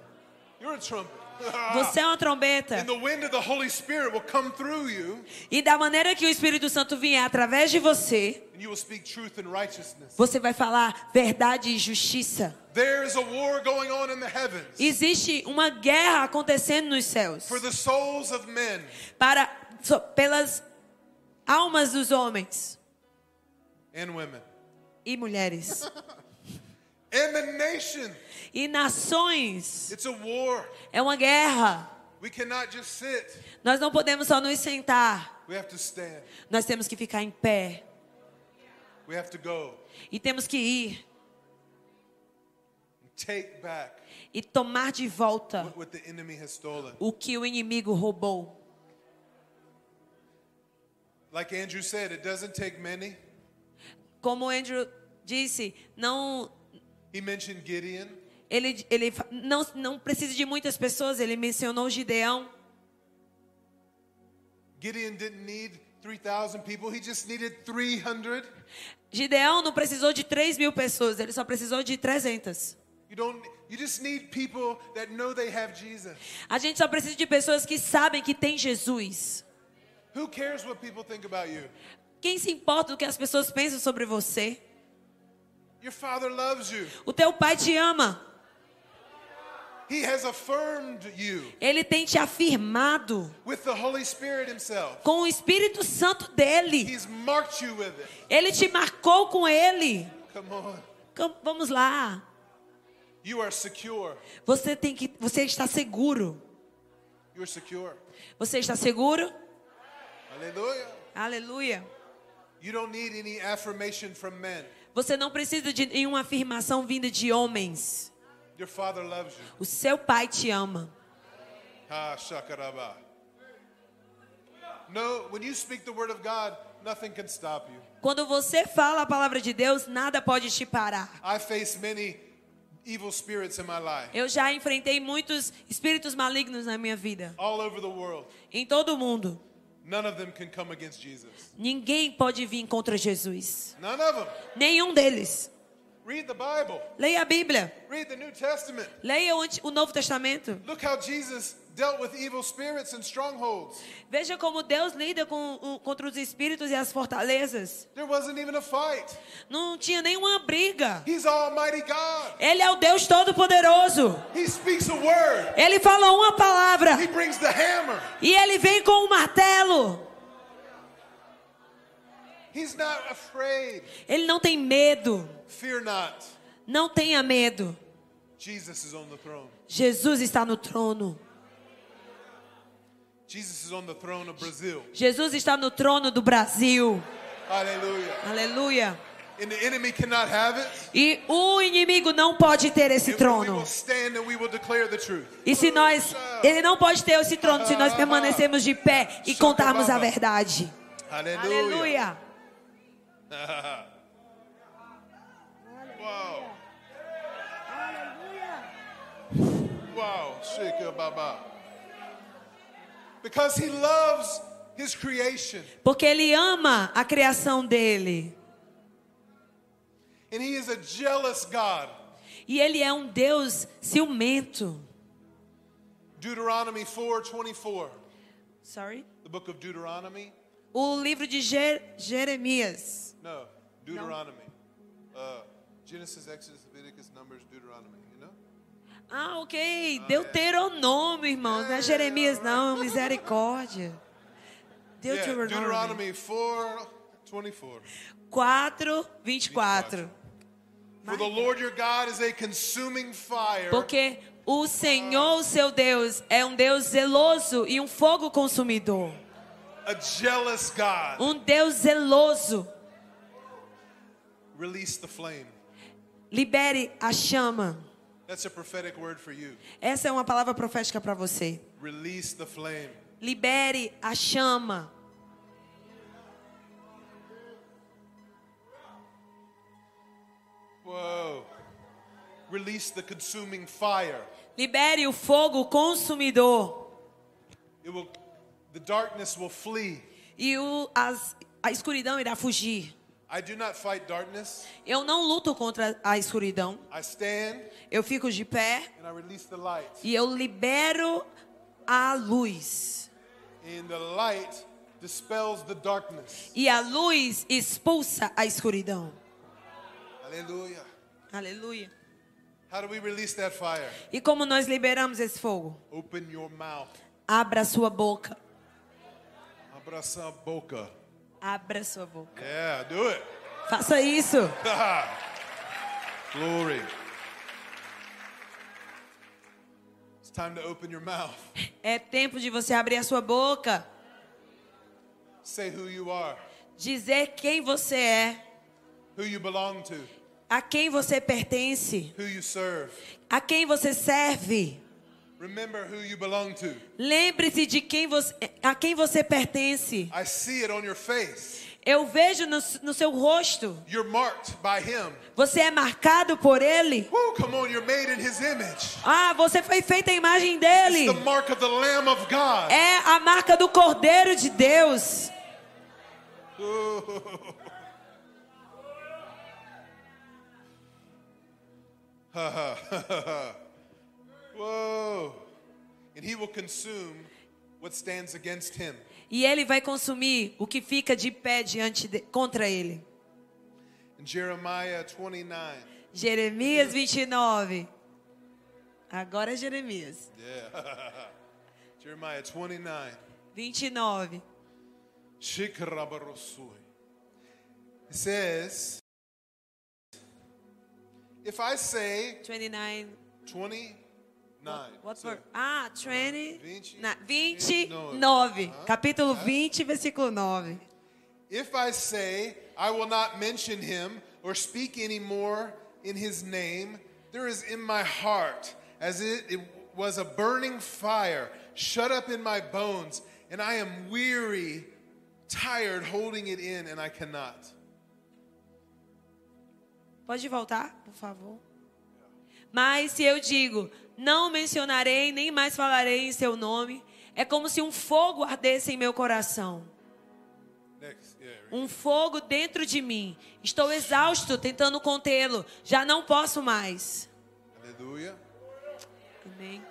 You're a trumpet.
Você é uma trombeta.
and the wind of the Holy Spirit will come through you,
E da maneira que o Espírito Santo vier através de você,
and you will speak truth and righteousness.
você vai falar verdade e justiça.
There is a war going on in the heavens
Existe uma guerra acontecendo nos céus
for the souls of men.
para so- pelas almas dos homens
and women
e mulheres
and the nation.
e nações.
It's a war.
É uma guerra.
We cannot just sit.
Nós não podemos só nos sentar.
We have to stand.
Nós temos que ficar em pé
We have to go
e temos que ir
and take back
e tomar de volta
what, what the enemy has stolen.
o que o inimigo roubou.
Like Andrew said, it doesn't take many.
Como o Andrew disse, não
He mentioned Gideon.
ele, ele fa- não, não precisa de muitas pessoas, ele mencionou Gideão.
Gideon didn't need 3,000 people, he just needed 300.
Gideão não precisou de 3 mil pessoas, ele só precisou de 300.
You don't you just need people that know they have Jesus.
A gente só precisa de pessoas que sabem que tem Jesus.
Who cares what people think about you?
Quem se importa do que as pessoas pensam sobre você?
Your father loves you.
O teu pai te ama,
He has affirmed you
ele tem te afirmado
with the Holy Spirit himself.
com o Espírito Santo dele,
He's marked you with it.
ele te marcou com ele.
Come on.
Então, Vamos lá.
You are secure.
Você tem que, você está seguro.
You're secure.
Você está seguro?
Hallelujah.
Aleluia.
You don't need any affirmation from men.
Você não precisa de nenhuma afirmação vinda de homens.
Your father loves you.
O seu pai te ama.
Ha shakaraba. No, when you speak the word of God, nothing can stop you.
Quando você fala a palavra de Deus, nada pode te parar.
I face many evil spirits in my life,
Eu já enfrentei muitos espíritos malignos na minha vida,
all over the world.
em todo o mundo.
None of them can come against Jesus.
Ninguém pode vir contra Jesus.
None of them.
Nenhum deles.
Read the Bible.
Leia a Bíblia.
Read the New Testament.
Leia o Anti- o Novo Testamento.
Look how Jesus dealt with evil spirits and strongholds.
Veja como Deus lida com, o- contra os espíritos e as fortalezas.
There wasn't even a fight.
Não tinha nenhuma briga.
He's Almighty God.
Ele é o Deus Todo-Poderoso.
He speaks a word.
Ele fala uma palavra
He brings the hammer.
e ele vem com um martelo.
He's not afraid.
Ele não tem medo.
Fear not.
Não tenha medo.
Jesus is on the throne.
Jesus está no trono.
Jesus is on the throne of Brazil.
Jesus está no trono do Brasil.
Hallelujah.
Aleluia.
And the enemy cannot have it.
E o inimigo não pode ter esse
And we
trono.
will stand and we will declare the truth.
E se nós. Ele não pode ter esse trono se nós permanecermos de pé e contarmos a verdade.
Hallelujah.
Aleluia.
Wow. Wow. Shika Baba. Because he loves his creation
Porque ele ama a criação dele.
and he is a jealous God.
E ele é um Deus ciumento.
Deuteronomy 4:24.
Sorry?
The book of Deuteronomy?
O livro de Jer- Jeremias.
No, Deuteronomy. Uh, Genesis, Exodus, Leviticus, Numbers, Deuteronomy, you know?
Ah, ok. Deuteronômio, irmãos. Não é Jeremias, não. Misericórdia. É,
Yeah,
Deuteronômio.
Deuteronomy 4:24.
4, 24.
For the Lord your God is a consuming fire.
Porque o Senhor, o seu Deus, é um Deus zeloso e um fogo consumidor.
A jealous God.
Um Deus zeloso.
Release the flame.
Libere a chama.
That's a prophetic word for you.
Essa é uma palavra profética para você.
Release the flame.
Libere a chama.
Whoa. Release the consuming fire.
Libere o fogo consumidor.
It will the darkness will flee.
E o, as- a escuridão irá fugir.
I do not fight darkness.
Eu não luto contra a escuridão.
I stand
Eu fico de pé
and I release the light.
e eu libero a luz.
And the light dispels the darkness.
E a luz expulsa a escuridão.
Hallelujah.
Aleluia.
How do we release that fire?
E como nós liberamos esse fogo?
Open your mouth.
Abra sua boca.
Abraça a boca.
Abra sua boca.
Yeah, do it.
Faça isso.
Glory. It's time to open your mouth.
É tempo de você abrir a sua boca.
Say who you are,
dizer quem você é,
who you belong to,
a quem você pertence,
who you serve.
a quem você serve.
Remember who you belong to.
Lembre-se de quem você, a quem você pertence.
I see it on your face.
Eu vejo no, no seu rosto.
You're marked by Him.
Você é marcado por Ele.
Woo, come on, you're made in His image.
Ah, você foi feita a imagem
It's
dele.
the mark of the Lamb of God.
É a marca do Cordeiro de Deus.
Whoa. And He will consume what stands against Him.
E ele vai consumir o que fica de pé diante de, contra ele.
In Jeremiah 29.
Jeremias 29. Agora é Jeremias.
Yeah. Jeremiah 29.
29.
Shikrabarosui. It says, if I say
29.
29,
What
so
verse? Ah, 20.
Vinte-
na-
vinte e
29.
nove.
Capítulo
Ah.
20, versículo 9.
if I say I will not mention him or speak any more in his name, there is in my heart as it, it was a burning fire shut up in my bones, and I am weary, tired holding it in, and I cannot.
Pode voltar, por favor? Mas se eu digo, não mencionarei, nem mais falarei em seu nome, é como se um fogo ardesse em meu coração.
Next, yeah. read.
Um fogo dentro de mim. Estou exausto tentando contê-lo. Já não posso mais.
Hallelujah.
Amém.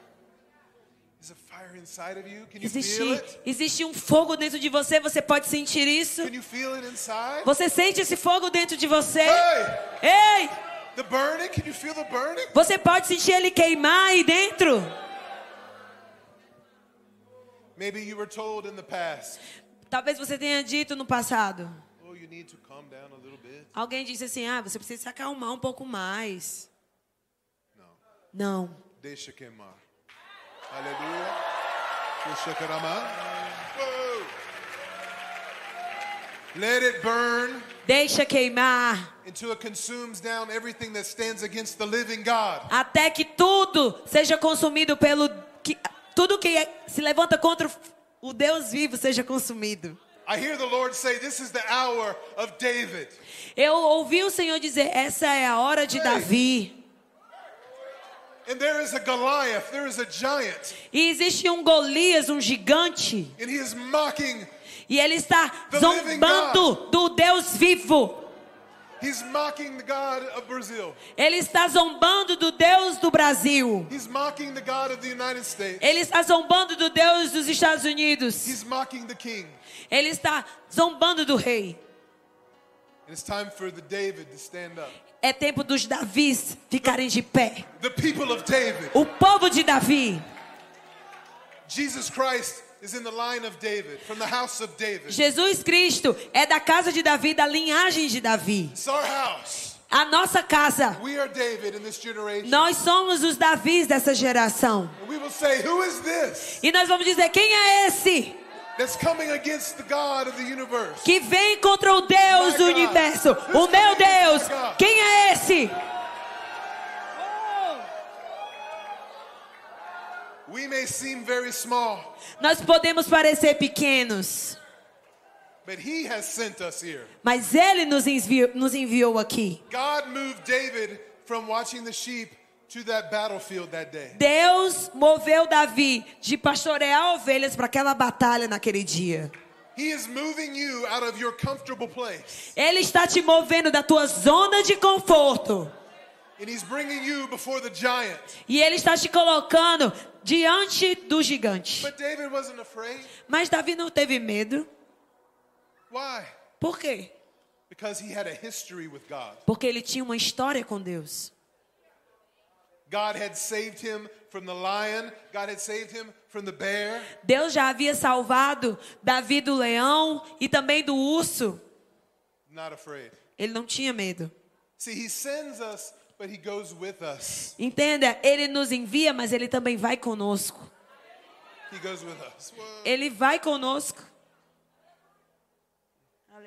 There's a fire inside of you. Can you
Existe,
feel it?
existe um fogo dentro de você, você pode sentir isso?
Can you feel it inside?
Você sente esse fogo dentro de você?
Hey!
Ei!
The burning? Can you feel the burning?
Você pode sentir ele queimar aí dentro?
Maybe you were told in the past,
Talvez você tenha dito no passado.
oh, you need to calm down a little bit.
Alguém disse assim: ah, você precisa se acalmar um pouco mais.
No.
Não.
Deixa queimar. Aleluia. Deixa queimar. Whoa. Let it burn
Deixa queimar
until it consumes down everything that stands against the living God.
até que tudo seja consumido pelo. Que, tudo que é- se levanta contra o Deus vivo seja consumido.
I hear the Lord say, this is the hour of David.
Eu ouvi o Senhor dizer: essa é a hora de Davi.
And there is a Goliath, there is a giant,
E existe um Golias, um gigante,
and he is mocking
e ele está
The living
zombando do Deus vivo.
He's mocking the God of Brazil.
Ele está zombando do Deus do Brasil.
He's mocking the God of the United States.
Ele está zombando do Deus dos Estados Unidos.
He's mocking the king.
Ele está zombando do rei.
And it's time for the David to stand up.
É tempo dos Davis ficarem de pé.
The people of David.
O povo de Davi.
Jesus Christ is in the line of David, from the house of David.
Jesus Cristo é da casa de Davi, da linhagem de Davi.
It's our house.
A nossa casa.
We are David in this generation.
Nós somos os Davis dessa geração.
And we will say, Who is this
E nós vamos dizer: quem é esse
that's coming against the God of the universe?
que vem contra o Deus do universo? O meu Deus. Quem é esse?
We may seem very small,
Nós podemos parecer pequenos,
but he has sent us here.
mas ele nos enviou, nos enviou aqui.
God moved David from watching the sheep to that battlefield that day.
Deus moveu Davi de pastorear ovelhas para aquela batalha naquele dia.
He is moving you out of your comfortable place,
Ele está te movendo da tua zona de conforto.
and He's bringing you before the giant.
E ele está te colocando diante do gigante.
But David wasn't afraid.
Mas Davi não teve medo.
Why?
Por quê?
Because he had a history with God.
Porque ele tinha uma história com Deus.
God had saved him from the lion, God had saved him from the bear,
Deus já havia salvado Davi do leão e também do urso.
not afraid.
Ele não tinha medo.
See, He sends us, but He goes with us.
Entenda? Ele nos envia, mas ele também vai conosco.
He goes with us. Whoa.
Ele vai conosco.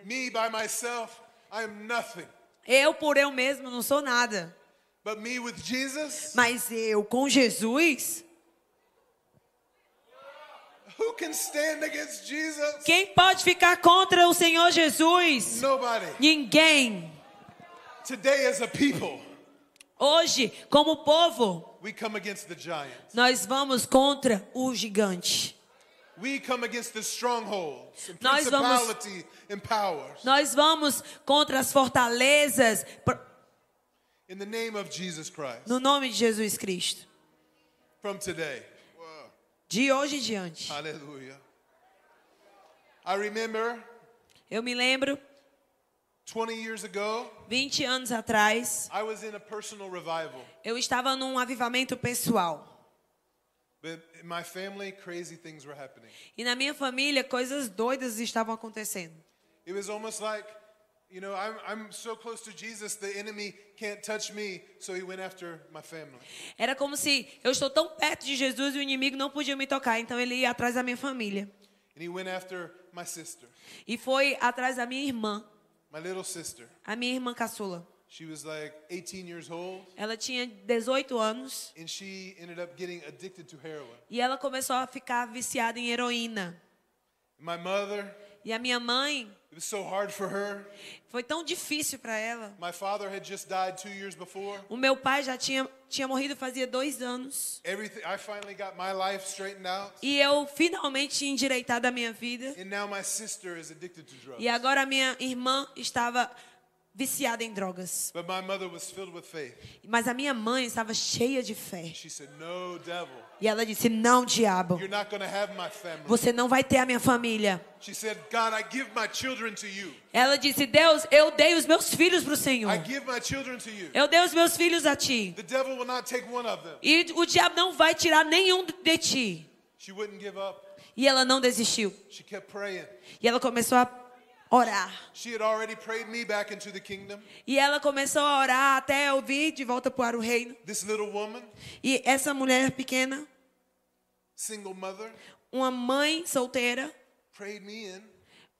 Me by myself, I am nothing.
Eu por eu mesmo não sou nada.
But me with Jesus,
Mas eu com Jesus,
who can stand against Jesus?
quem pode ficar contra o Senhor Jesus?
Nobody.
Ninguém.
Today, as a people,
Hoje, como povo,
we come against the giant.
nós vamos contra o gigante.
We come against the strongholds, and
Nós vamos-
principality, and powers.
Nós vamos contra as fortalezas pr-
In the name of Jesus Christ,
no nome de Jesus Cristo.
from today.
De hoje em diante.
Hallelujah. I remember
Eu me lembro,
20 years ago,
20 anos atrás,
I was in a personal revival.
eu estava num avivamento pessoal.
But in my family, crazy things were happening.
E na minha família, coisas doidas estavam acontecendo.
It was almost like, you know, I'm, I'm so close to Jesus, the enemy can't touch me, so he went after my family.
Era como se eu estou tão perto de Jesus e o inimigo não podia me tocar, então ele ia atrás da minha família.
And he went after my sister,
E foi atrás da minha irmã,
my little sister.
a minha irmã caçula.
She was like 18 years old,
Ela tinha 18 anos
and she ended up getting addicted to heroin.
e ela começou a ficar viciada em heroína.
My mother,
E a minha mãe,
it was so hard for her.
foi tão difícil para ela.
My father had just died two years before.
O meu pai já tinha, tinha morrido fazia dois anos.
Everything, I finally got my life straightened out.
E eu finalmente tinha endireitado a minha vida.
And now my sister is addicted to drugs.
E agora a minha irmã estava viciada em drogas.
But my mother was filled with faith.
Mas a minha mãe estava cheia de fé.
She said, No, devil,
E ela disse: Não, diabo,
you're not going to have my family.
você não vai ter a minha família.
She said, God, I give my children to you.
Ela disse: Deus, eu dei os meus filhos para o Senhor.
I give my children to you.
Eu dei os meus filhos a ti.
The devil will not take one of them.
E o diabo não vai tirar nenhum de ti.
She wouldn't give up.
E ela não desistiu.
She kept praying.
E ela começou a orar.
She had already prayed me back into the kingdom.
E ela começou a orar até eu vir de volta para o reino.
This little woman,
E essa mulher pequena,
single mother,
uma mãe solteira,
prayed me in.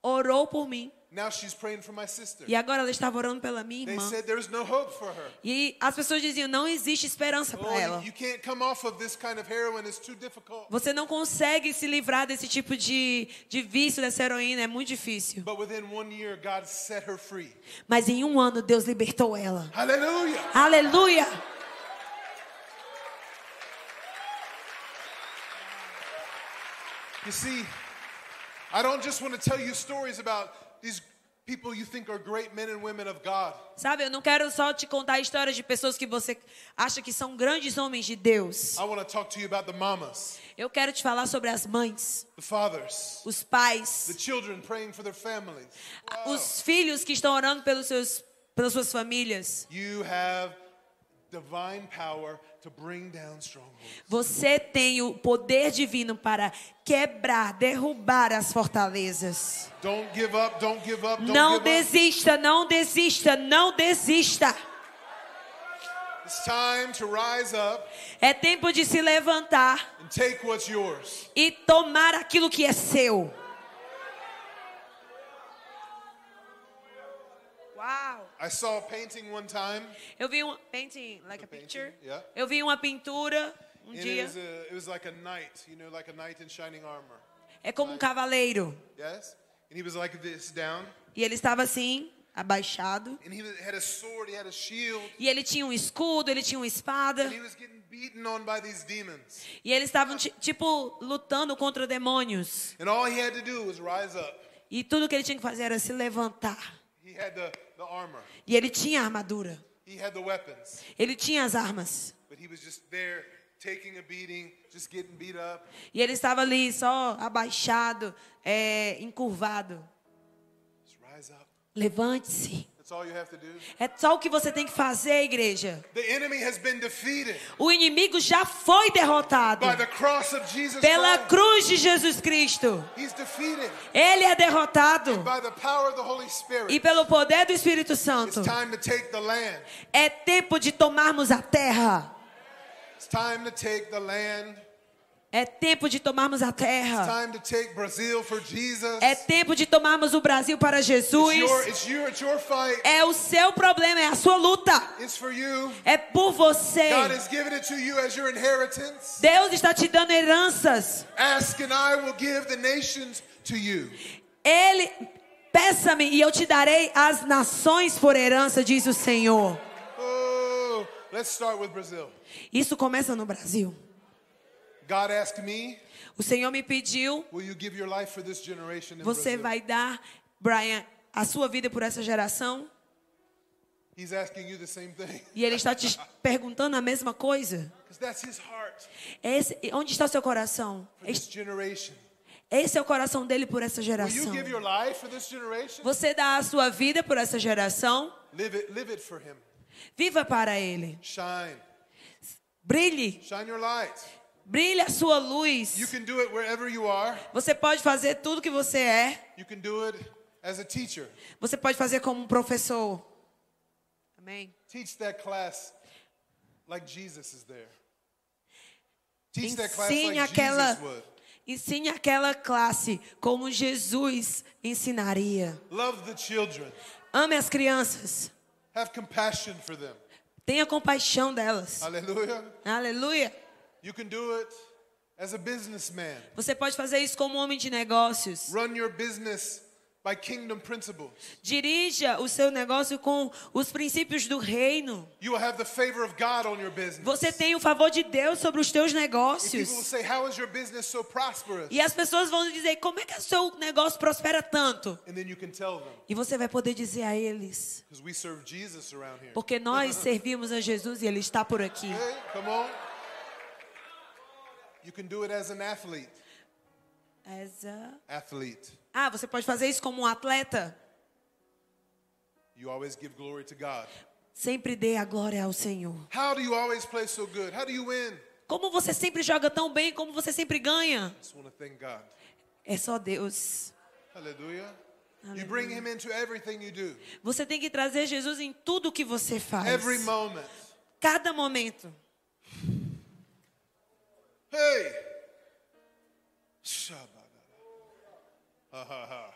orou por mim.
Now she's praying for my sister.
E agora ela estava orando pela minha
They
irmã.
said there's no hope for her.
E as pessoas diziam: não existe esperança para
Oh,
ela.
you, you can't come off of this kind of heroin. It's too difficult.
Você não consegue se livrar desse tipo de, de vício, dessa heroína, é muito difícil.
But within one year, God set her free.
Mas em um ano Deus libertou ela.
Hallelujah.
Aleluia!
You see, I don't just want to tell you stories about these people you think are great men and women of God.
Sabe, eu não quero só te contar histórias de pessoas que você acha que são grandes homens de Deus.
I want to talk to you about the mamas,
Eu quero te falar sobre as mães,
the fathers,
os
the
pais,
children praying for their families. Wow.
os filhos que estão orando pelos seus, pelas suas famílias.
You have divine power to bring down strongholds.
Você tem o poder divino para quebrar, derrubar as fortalezas.
Don't give up, don't give up, don't
Não
give
desista, não desista, não desista.
up. It's time to rise up
É tempo de se levantar
and take what's yours.
e tomar aquilo que é seu. Uau!
I saw a painting one time.
Eu vi uma painting, like a
painting,
picture.
yeah.
Eu vi uma pintura um
And it
dia.
was, a, it was like a knight, you know, like a knight in shining armor.
É como um cavaleiro.
Yes? And he was like this down.
E ele estava assim, abaixado.
And he was- had a sword, he had a shield.
E ele tinha um escudo, ele tinha uma espada.
And he was getting beaten on by these demons.
E eles estavam, ti- tipo, lutando contra demônios.
And all he had to do was rise up.
E tudo que ele tinha que fazer era se levantar.
He had the, the armor,
E ele tinha a armadura.
he had the weapons.
Ele tinha as armas.
But he was just there taking a beating, just getting beat up.
E ele estava ali só abaixado, é, encurvado.
Just rise up.
Levante-se.
That's all you have to do.
É só o que você tem que fazer, igreja.
The enemy has been defeated
O inimigo já foi derrotado
by the cross of Jesus
pela
Christ.
cruz de Jesus Cristo.
He's defeated
Ele é derrotado
by the power of the Holy Spirit.
e pelo poder do Espírito Santo.
It's time to take the land.
É tempo de tomarmos a terra.
It's time to take the land.
É tempo de tomarmos a
It's
terra.
time to take Brazil for Jesus.
É tempo de tomarmos o Brasil para
It's
Jesus.
your, it's your, it's your fight.
É o seu problema, é a sua luta.
It's for you.
É por você.
God has given it to you as your inheritance.
Deus está te dando heranças.
Ask and I will give the nations to you.
Ele peça-me e eu te darei as nações por herança, diz o Senhor.
Oh, let's start with Brazil.
Isso começa no Brasil.
God asked me,
O Senhor me pediu,
will you give your life for this generation in
você
Brazil?
vai dar, Brian, a sua vida por essa geração?
He's asking you the same thing.
E ele está te perguntando a mesma coisa. É
Because that's his heart
Esse- onde está o seu coração?
for this
Esse-
generation.
Esse é o coração dele por essa
Will you
geração.
give your life for this generation?
Você dá a sua vida por essa geração.
Live it, live it for him.
Viva para ele.
Shine.
Brilhe.
Shine your light.
Brilhe a sua
You
luz.
can do it wherever you are.
Você pode fazer tudo que você é.
You can do it as a teacher.
Você pode fazer como um professor. Amém.
Teach that class like Jesus is there. Teach that class
Ensine
like
aquela,
Jesus would.
ensine aquela classe como Jesus ensinaria.
Love the children.
Ame as crianças.
Have compassion for them.
Tenha compaixão delas.
Hallelujah.
Aleluia.
You can do it as a businessman.
Você pode fazer isso como um homem de negócios.
Run your business by kingdom principles.
Dirija o seu negócio com os princípios do reino.
You will have the favor of God on your business.
Você tem o favor de Deus sobre os teus
And People will
negócios.
say, How is your business so prosperous?
E as pessoas vão dizer: como é que o seu negócio prospera tanto?
And then you can tell them,
E você vai poder dizer a eles:
Because we serve Jesus around here.
porque nós servimos a Jesus e Ele está por aqui.
Hey, come on. You can do it as an athlete.
As a-
Athlete.
Ah, você pode fazer isso como um atleta?
You always give glory to God.
Sempre dê a glória ao Senhor.
How do you always play so good? How do you win?
Como você sempre joga tão bem, como você sempre ganha?
I just want to thank God.
É só Deus.
Hallelujah. You bring him into everything you do.
Você tem que trazer Jesus em tudo que você faz.
Every moment.
Cada momento.
Hey. Shabba. Ha ha ha.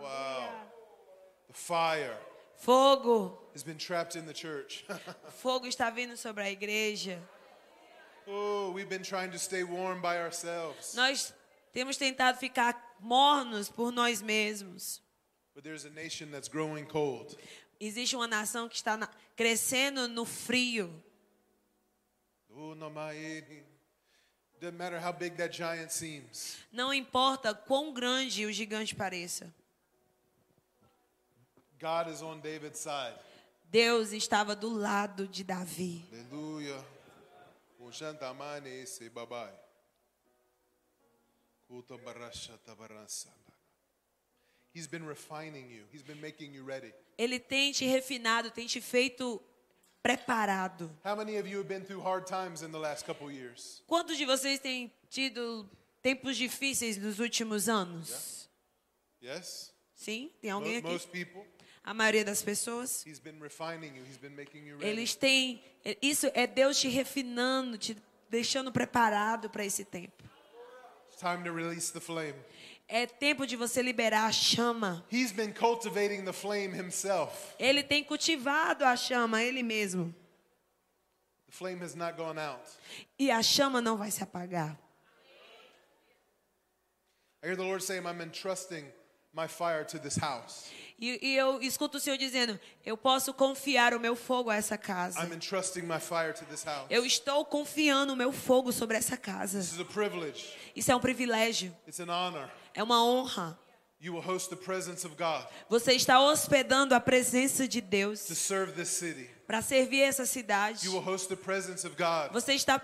Wow. The fire
Fogo.
has been trapped in the church.
Fogo está vindo sobre a igreja.
oh, we've been trying to stay warm by ourselves.
Nós temos tentado ficar mornos por nós mesmos.
But there's a nation that's growing cold.
Existe uma nação que está na- crescendo no frio.
Oh, no mighty. Doesn't matter how big that giant seems.
Não importa quão grande o gigante pareça.
God is on David's side.
Deus estava do lado de Davi.
Aleluia. Ushantamane esse babai. Kuta barasha tabarasa. He's been refining you. He's been making you ready.
Ele tem te refinado, tem te feito preparado.
How many of you have been through hard times in the last couple years?
Quantos de vocês têm tido tempos difíceis nos últimos anos?
Yes?
Sim, tem
Mo-
alguém aqui?
Most people.
A maioria das pessoas?
He's been refining you. He's been making you ready.
Eles têm. Isso é Deus te refinando, te deixando preparado para esse tempo.
It's time to release the flame.
É tempo de você liberar a chama.
He's been cultivating the flame himself.
Ele tem cultivado a chama, ele mesmo.
The flame has not gone out.
E a chama não vai se apagar.
I hear the Lord saying, I'm entrusting my fire to this house.
E, e eu escuto o Senhor dizendo: Eu posso confiar o meu fogo a essa
I'm
casa.
entrusting my fire to this house.
Eu estou confiando o meu fogo sobre essa
This
casa.
is a privilege.
Isso é um privilégio,
It's an honor.
é uma honra.
You will host the presence of God
Você está hospedando a presença de
to
Deus
serve this city.
para servir essa cidade.
You will host the presence of God
Você está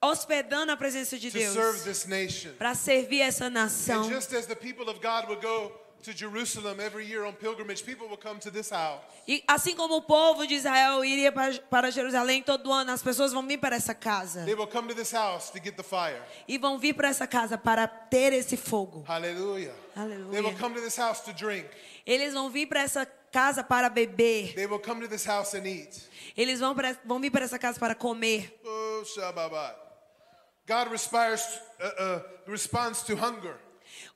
hospedando a presença de
to serve
Deus
this nation.
para servir essa
And
nação.
just as the people of God will go to Jerusalem every year on pilgrimage, people will come to this house.
E assim como o povo de Israel iria para- para Jerusalém todo ano, as pessoas vão vir para essa casa.
They will come to this house to get the fire.
E vão vir para essa casa para ter esse fogo.
Hallelujah. They will
Aleluia.
come to this house to drink.
Eles vão vir para essa casa para beber.
They will come to this house and eat.
Eles vão, para, vão vir para essa casa para comer.
Oh, Shabbat. God respires, uh, uh, responds to hunger.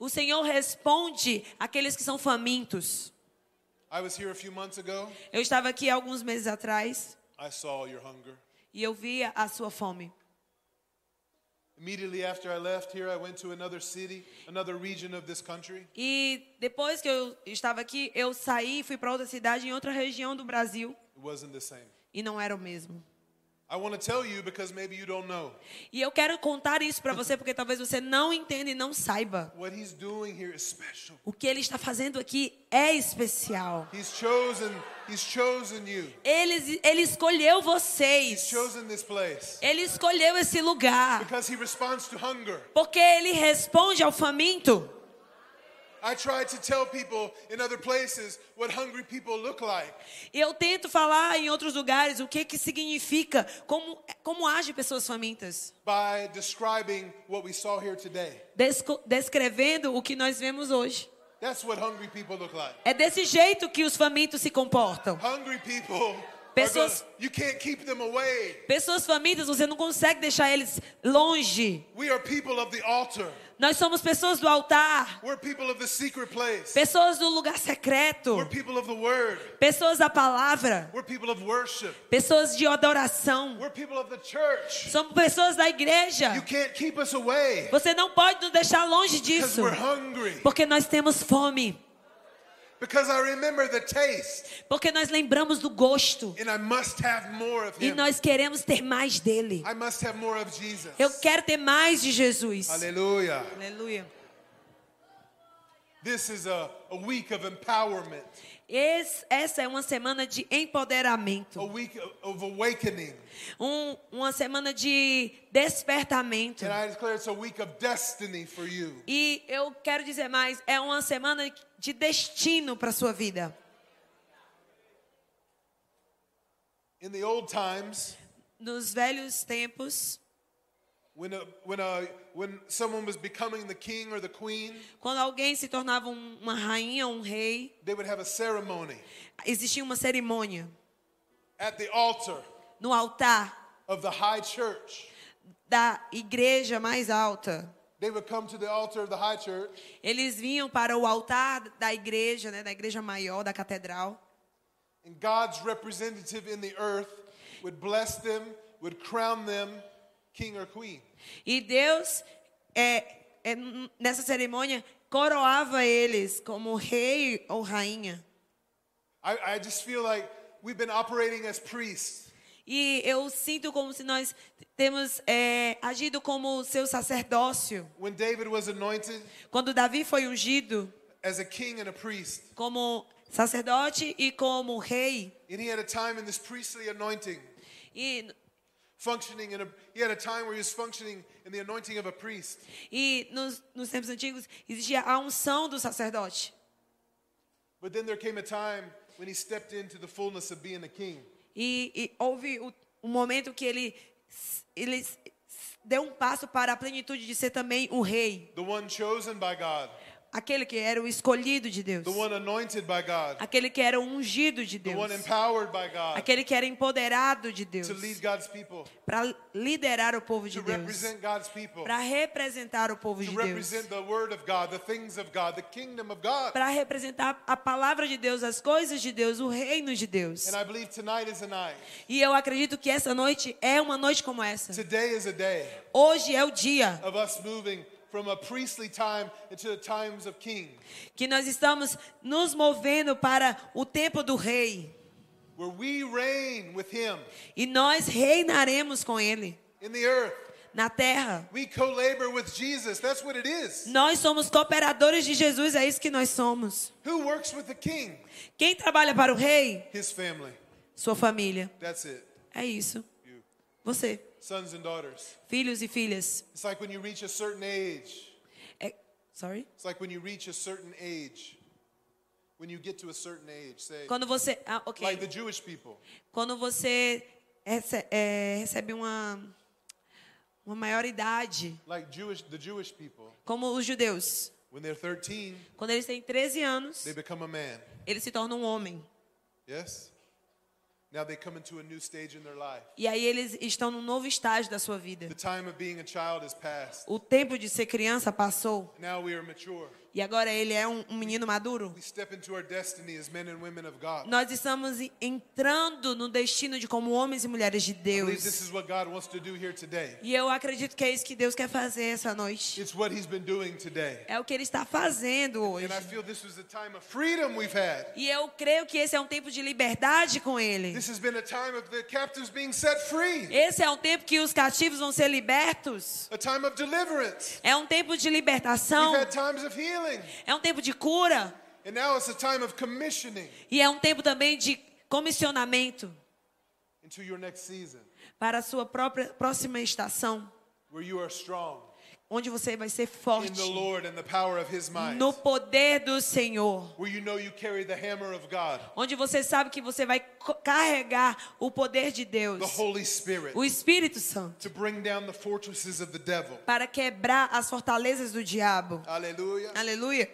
O Senhor responde àqueles que são famintos.
I was here a few months ago.
Eu estava aqui alguns meses atrás
I saw your hunger.
e eu via a sua fome.
Immediately after I left here, I went to another city, another region of this country.
E depois que eu estava aqui, eu saí, fui para outra cidade em outra região do Brasil
It wasn't the same.
e não era o mesmo.
I want to tell you because maybe you don't know.
E eu quero contar isso para você porque talvez você não entenda e não saiba.
What he's doing here is special.
O que ele está fazendo aqui é especial.
He's chosen, he's chosen you.
Ele, ele escolheu
He's
vocês.
chosen this place
Ele escolheu esse lugar.
because he responds to hunger.
Porque ele responde ao faminto.
I try to tell people in other places what hungry people look like.
Eu tento falar em outros lugares o que que significa, como, como agem pessoas famintas.
by describing what we saw here today.
Desco- descrevendo o que nós vemos hoje.
That's what hungry people look like.
É desse jeito que os famintos se comportam.
Hungry people. are
Pessoas-
gonna- you can't keep them away.
Pessoas famintas, você não consegue deixar eles longe.
We are people of the altar.
Nós somos pessoas do altar,
We're people of the secret place.
pessoas do lugar secreto,
We're people of the word.
pessoas da palavra,
We're people of worship.
pessoas de adoração.
We're people of the church.
Somos pessoas da igreja.
You can't keep us away
Você não pode nos deixar longe
because
disso,
we're hungry.
porque nós temos fome,
Because I remember the taste
porque nós lembramos do gosto.
and I must have more of
E
him.
nós queremos ter mais dele.
I must have more of Jesus.
Eu quero ter mais de Jesus.
Hallelujah.
Aleluia.
This is a, a week of empowerment,
Esse- essa é uma semana de
a
empoderamento,
week of- of awakening.
um- uma semana de despertamento.
And I declare it's a week of destiny for you.
E eu quero dizer mais, é uma semana de destino para sua vida.
In the old times,
Nos velhos tempos,
when, a, when, a, when someone was becoming the king or the queen,
quando alguém se tornava um- uma rainha, um rei,
they would have a ceremony
existia uma cerimônia
at the altar
no altar
of the high church.
da igreja mais alta.
They would come to the altar of the high church
Eles vinham para o altar da igreja, né, da igreja maior, da catedral.
and God's representative in the earth would bless them, would crown them king or queen.
E Deus, é, é, nessa cerimônia, coroava eles como rei ou rainha.
I, I just feel like we've been operating as priests.
E eu sinto como se nós temos é, agido como seu sacerdócio.
When David was anointed
Quando Davi foi ungido
as a king and a priest,
como sacerdote e como rei,
and he had a time in this priestly anointing
e,
functioning in a he had a time where he was functioning in the anointing of a priest
e nos, nos tempos antigos existia a unção do sacerdote.
but then there came a time when he stepped into the fullness of being a king
E, e houve o, um momento que ele, s- ele s- s- deu um passo para a plenitude de ser também um rei.
the one chosen by god
Aquele que era o escolhido de Deus.
the one anointed by god
Aquele que era o ungido de
the
Deus.
one empowered by god
Aquele que era empoderado de Deus.
to lead god's people
Para liderar o povo de
to
Deus.
represent god's people
Para representar o povo
to
de Deus.
represent the word of god the things of god the kingdom of god
Para representar a palavra de Deus, as coisas de Deus, o reino de Deus.
and i believe tonight is a night
E eu acredito que essa noite é uma noite como essa.
today is a day
Hoje é o dia
of us moving from a priestly time into the times of king
que nós estamos nos movendo para o tempo do rei
where we reign with him
e nós reinaremos com ele
in the earth
na terra.
We co labor with Jesus. That's what it is.
Nós somos cooperadores de Jesus, é isso que nós somos.
Who works with the king?
Quem trabalha para o rei?
His family.
Sua família.
That's it.
É isso.
You.
Você,
Sons and daughters.
filhos e filhas.
It's like when you reach a certain age.
É- sorry.
It's like when you reach a certain age. When you get to a certain age, say,
Quando você, ah, ok.
like the Jewish people,
Quando você rece- é, recebe uma uma maior idade,
like Jewish, the Jewish people,
como os judeus,
when they're 13,
quando eles têm 13 anos,
they become a man.
eles se tornam um homem.
Yes? Now they come into a new stage in their life.
E aí eles estão num novo estágio da sua
The
vida.
time of being a child is past.
O tempo de ser criança passou
Now we are mature.
e agora ele é um, um menino maduro.
We step into our destiny as men and women of God.
Nós estamos e- entrando no destino de como homens e mulheres de
I believe this
Deus.
is what God wants to do here today.
E eu acredito que é isso que Deus quer fazer essa noite.
It's what He's been doing today.
É o que ele está fazendo hoje.
And I feel this was a time of freedom we've had.
E eu creio que esse é um tempo de liberdade com ele.
This has been a time of the captives being set free,
Esse é um tempo que os cativos vão ser libertos.
a time of deliverance.
É um tempo de libertação.
We've had times of healing,
É um tempo de cura.
and now it's a time of commissioning
E é um tempo também de comissionamento
into your next season
para a sua própria próxima estação,
where you are strong
onde você vai ser
in
forte
the Lord and the power of His might,
no poder do Senhor.
where you know you carry the hammer of God,
Onde você sabe que você vai co- carregar o poder de Deus,
the Holy Spirit,
o Espírito
to
Santo,
bring down the fortresses of the devil.
para quebrar as fortalezas do diabo.
Hallelujah.
Aleluia.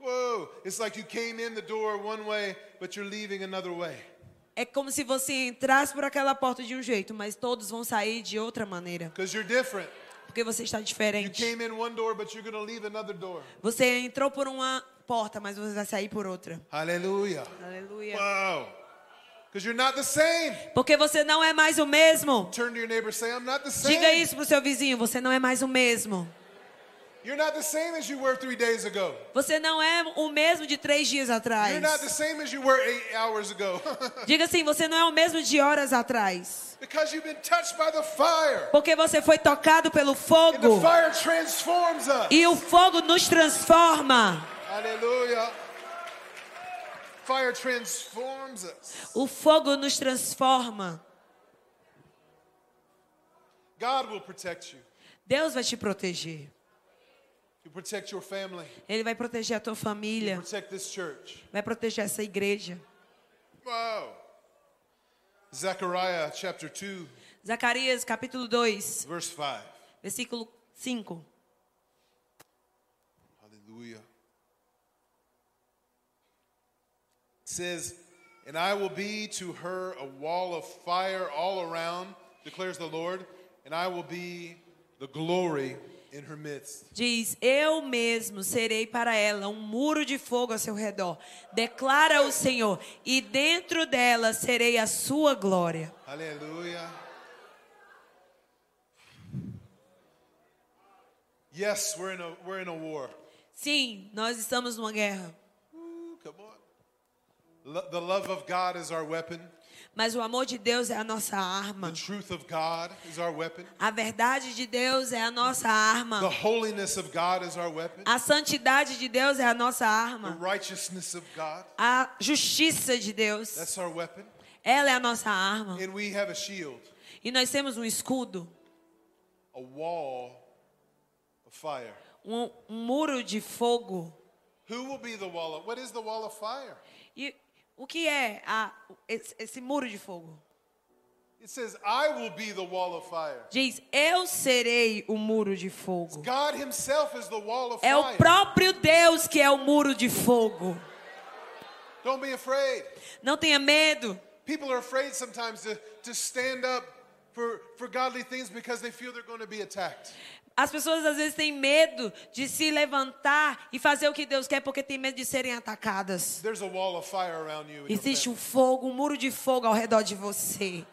Whoa, it's like you came in the door one way, but you're leaving another way.
É como se você entrasse por aquela porta de um jeito, mas todos vão sair de outra maneira,
Because you're different.
porque você está
You
diferente.
came in one door, but you're going to leave another door.
Você entrou por uma porta, mas você vai sair por outra.
Hallelujah.
Aleluia.
Wow. Because you're not the same.
Porque você não é mais o mesmo.
Turn to your neighbor and say, I'm not the
Diga
same.
isso pro seu vizinho, você não é mais o mesmo.
You're not the same as you were three days ago.
Você não é o mesmo de três dias atrás.
You're not the same as you were eight hours ago.
Diga assim, você não é o mesmo de horas atrás.
because you've been touched by the fire.
Porque você foi tocado pelo
And the
fogo.
fire transforms us.
E o fogo nos transforma.
Hallelujah. Fire transforms us.
O fogo nos transforma.
God will protect you.
Deus vai te proteger.
He'll protect your family.
Ele vai proteger a tua
He'll
família.
protect this church.
Vai proteger essa igreja.
Wow. Zechariah chapter 2,
Zacarias capítulo 2,
verse 5.
versículo 5.
Hallelujah. It says, And I will be to her a wall of fire all around, declares the Lord, and I will be the glory in her midst.
Diz: Eu mesmo serei para ela um muro de fogo a seu redor, declara o Senhor, e dentro dela serei a sua glória.
Hallelujah. Yes, we're in a we're in a war.
Sim, nós estamos numa guerra,
Ooh, come on. Lo- the love of God is our weapon.
mas o amor de Deus é a nossa
The
arma.
truth of God is our weapon.
A verdade de Deus é a nossa
The
arma.
holiness of God is our weapon.
A santidade de Deus é a nossa
The
arma.
righteousness of God,
A justiça de Deus,
that's our weapon.
ela é a nossa arma.
And we have a shield,
E nós temos um escudo,
a wall of fire.
um, um muro de fogo.
Who will be the wall of, what is the wall of fire?
E o que é a- esse, esse muro de fogo?
It says, I will be the wall of fire.
Diz: Eu serei o muro de fogo.
God himself is the wall of
É o
fire.
próprio Deus que é o muro de fogo.
Don't be afraid.
Não tenha medo.
People are afraid sometimes to, to stand up for, for godly things because they feel they're going to be attacked.
As pessoas às vezes têm medo de se levantar e fazer o que Deus quer porque tem medo de serem atacadas.
There's a wall of fire around you. and your
Existe um
family.
fogo, um muro de fogo ao redor de você.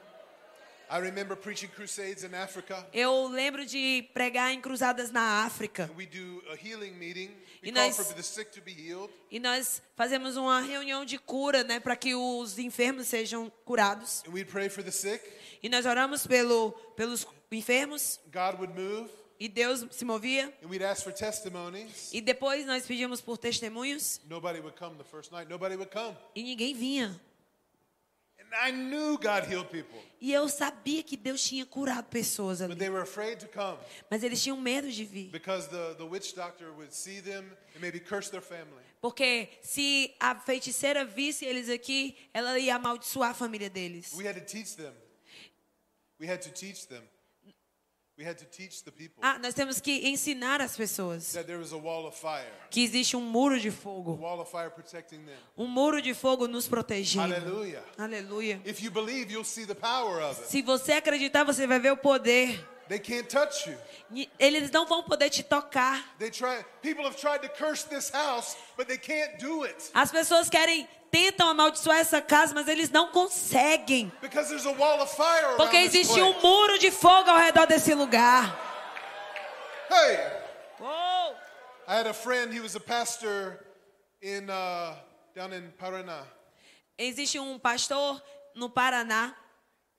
I remember preaching crusades in Africa.
Eu lembro de pregar em cruzadas na África.
We do a healing meeting. We
E
call
nós-
for the sick to be healed.
E nós fazemos uma reunião de cura, né, para que os enfermos sejam curados.
And we'd pray for the sick.
E nós oramos pelo, pelos enfermos
God would move.
e Deus se movia.
And we'd ask for testimonies.
E depois nós pedíamos por testemunhos
Nobody would come the first night. Nobody would come.
e ninguém vinha.
And I knew God healed people,
E eu sabia que Deus tinha curado pessoas
but
ali,
they were afraid to come
mas eles tinham medo de vir.
because the, the witch doctor would see them and maybe curse their family.
Porque se a feiticeira visse eles aqui, ela ia amaldiçoar a família deles.
We had to teach them. We had to teach them We had to teach the people
Ah, nós temos que ensinar as pessoas
that there was a wall of fire,
que existe um muro de
a
fogo.
wall of fire protecting them.
Um muro de fogo nos protegendo.
Hallelujah.
Aleluia.
If you believe, you'll see the power of it.
Se você acreditar, você vai ver o poder.
They can't touch you.
E Eles não vão poder te tocar.
They try. People have tried to curse this house, but they can't do it
As pessoas querem, tentam amaldiçoar essa casa, mas eles não conseguem.
because there's a wall of fire around
Porque
this
existe um
place.
muro de fogo ao redor desse lugar.
Hey,
Uou!
I had a friend. He was a pastor in uh, down in Paraná,
Existe um pastor no Paraná,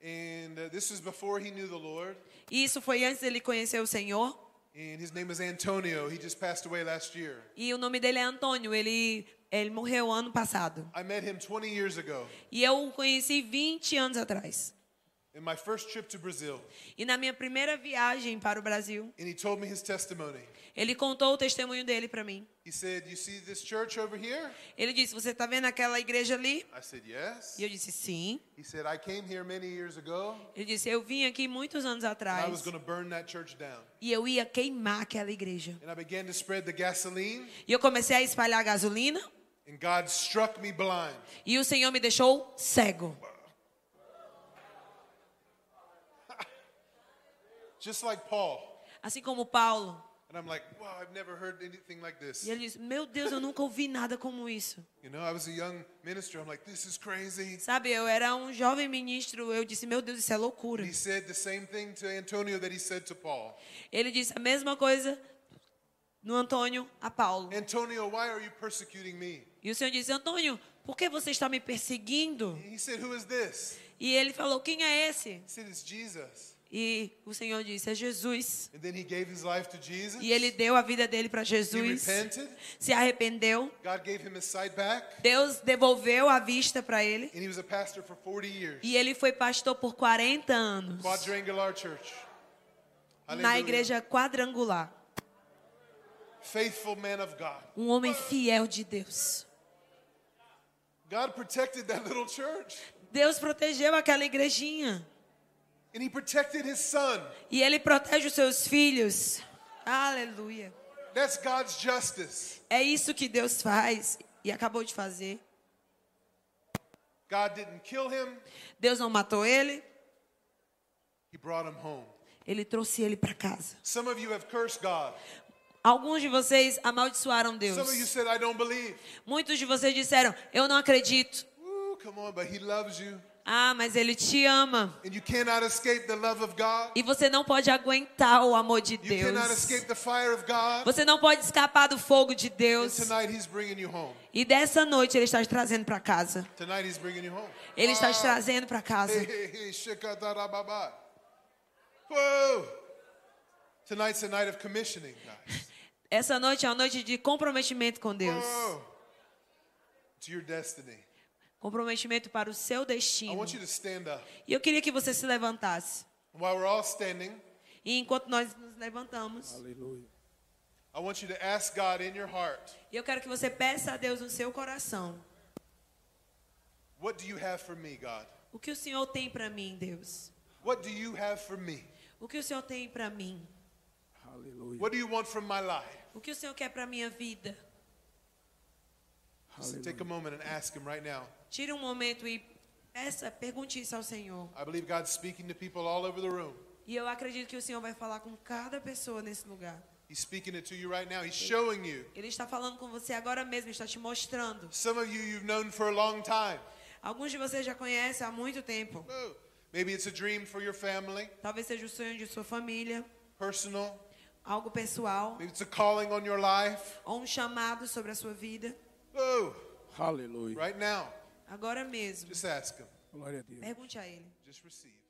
and uh, this was before he knew the Lord.
e isso foi antes dele conhecer o Senhor.
And his name was Antonio. He just passed away last year.
E o nome dele é Antônio, ele, ele morreu ano passado.
I met him 20 years ago
E eu o conheci 20 anos atrás.
in my first trip to Brazil,
E na minha primeira viagem para o Brasil,
and he told me his testimony.
ele contou o testemunho dele para mim.
He said, "You see this church over here?"
Ele disse: Você está vendo aquela igreja ali?
I said, "Yes."
E eu disse: Sim.
He said, "I came here many years ago,
Ele disse: Eu vim aqui muitos anos
and I
atrás
was going to burn that church down."
e eu ia queimar aquela igreja.
And I began to spread the gasoline,
E eu comecei a espalhar gasolina
and God struck me blind.
e o Senhor me deixou cego.
just like Paul.
Assim como Paulo.
And I'm like, wow, I've never heard anything like this.
E ele disse: Meu Deus, eu nunca ouvi nada como isso.
You know, I was a young minister. I'm like, this is crazy.
Sabe, eu era um jovem ministro, eu disse: Meu Deus, isso é loucura.
And he said the same thing to Antonio that he said to Paul.
Ele disse a mesma coisa no Antônio a Paulo.
Antonio, why are you persecuting me?
E o Senhor disse: Antônio, por que você está me perseguindo?
He said, who is this?
E ele falou: Quem é esse?
He said, it's Jesus.
E o Senhor disse: É Jesus.
And then he gave his life to Jesus.
E ele deu a vida dele para
he
Jesus,
repented.
se arrependeu.
God gave him his sight back.
Deus devolveu a vista para ele.
And he was a pastor for 40 years.
E ele foi pastor por 40 anos
Quadrangular church.
na
Hallelujah.
igreja quadrangular.
Faithful man of God.
Um homem fiel de Deus.
God protected that little church.
Deus protegeu aquela igrejinha.
And he protected his son.
E ele protege os seus filhos. Aleluia.
That's God's justice.
É isso que Deus faz e acabou de fazer.
God didn't kill him,
Deus não matou ele,
he brought him home.
ele trouxe ele para casa.
Some of you have cursed God.
Alguns de vocês amaldiçoaram
Some of you
Deus.
said, I don't believe.
Muitos de vocês disseram: Eu não acredito.
Ooh, come on, but he loves you.
Ah, mas ele te ama.
And you cannot escape the love of God.
E você não pode aguentar o amor de
You cannot
Deus.
escape the fire of God.
Você não pode escapar do fogo de
And
Deus.
tonight he's bringing you home.
E dessa noite ele está te trazendo para casa.
Tonight he's bringing you home. Ah.
Ele está te
Wow.
trazendo para casa.
Hey, hey, hey, shikadarababa. Whoa. Tonight's a night of commissioning, guys.
Essa noite é uma noite de comprometimento com Deus.
Whoa. To your destiny.
Comprometimento para o seu
I
destino.
want you to stand up.
E eu queria que você se levantasse.
And While we're all standing,
E enquanto nós nos levantamos,
I want you to ask God in your heart,
eu quero que você peça a Deus no seu coração.
What do you have for me, God?
O que o Senhor tem para mim, Deus?
What do you have for me?
O que o Senhor tem para mim?
Aleluia.
What do you want from my life?
O que o Senhor quer para minha vida?
Just take a moment and ask Him right now.
Tire um momento e peça, pergunte isso ao Senhor.
I believe God's speaking to people all over the room.
E eu acredito que o Senhor vai falar com cada pessoa nesse lugar.
He's speaking it to you right now. He's showing you.
Ele está falando com você agora mesmo, está te mostrando.
Some of you you've known for a long time.
Alguns de vocês já conhecem há muito tempo.
Whoa. Maybe it's a dream for your family,
Talvez seja o sonho de sua família,
personal.
algo pessoal,
Maybe it's a calling on your life.
ou um chamado sobre a sua vida.
Whoa.
Aleluia.
Right now,
Agora mesmo.
just ask Him.
Glória a Deus.
Pergunte a ele.
Just receive.